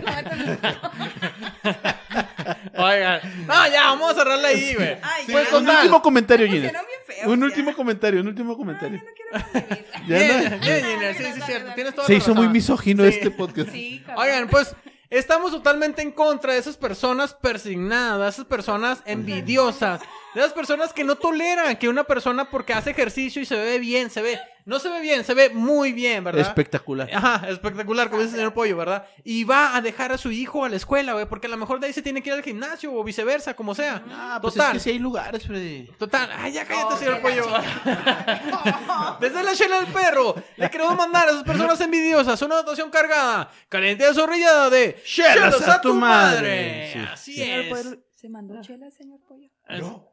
D: Ay,
B: Oigan, no, ya, vamos a cerrarla ahí, güey.
D: Ay,
B: Pues
D: ya.
C: un
B: total.
C: último comentario, Giner.
D: Funcionó Pues, bien feo,
C: Un
D: ya.
C: último comentario, un último
D: No, ya
C: comentario.
D: no quiero convivir.
C: Ya
B: Bien,
C: no-
B: bien, Jenner, sí, sí,
D: Dale,
B: cierto.
D: dale,
B: Tienes
D: dale.
B: toda
C: Se
B: la
C: hizo muy
B: razón.
C: misógino
B: Sí.
C: este podcast.
D: Sí, cabrón.
B: Oigan, pues estamos totalmente en contra de esas personas persignadas, esas personas envidiosas, de esas personas que no toleran que una persona porque hace ejercicio y se ve bien, se ve, no se ve bien, se ve muy bien, ¿verdad?
C: Espectacular.
B: Ajá, espectacular, como dice el señor Pollo, ¿verdad? Y va a dejar a su hijo a la escuela, güey, porque a lo mejor de ahí se tiene que ir al gimnasio o viceversa, como sea.
C: Ah, pues
B: total,
C: es que sí Oh, hay lugares, Freddy.
B: total. Ay, ya cállate,
D: No,
B: señor
D: que la
B: Pollo. Desde la chela del perro, le queremos mandar a esas personas envidiosas una dotación cargada, caliente de zorrillada de
C: Chelas
B: chelas a tu madre.
C: Sí.
B: Así
D: Señor
C: pues,
B: es.
D: Pollo, ¿Se mandó chela, señor Pollo?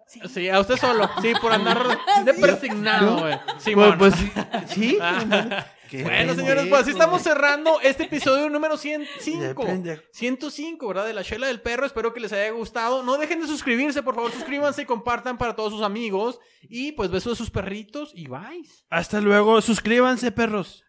B: Sí. a usted solo. Sí, por andar de persignado, güey. Simón. Ah.
C: Bueno, pues sí. sí,
A: Ah.
C: qué
B: Bueno,
C: pendejo,
B: señores, pues así estamos cerrando este episodio número 105.
C: Qué pendejo.
B: 105, ¿verdad? De la chela del perro. Espero que les haya gustado. No dejen de suscribirse, por favor. Suscríbanse y compartan para todos sus amigos. Y pues besos a sus perritos y bye.
A: Hasta luego. Suscríbanse, perros.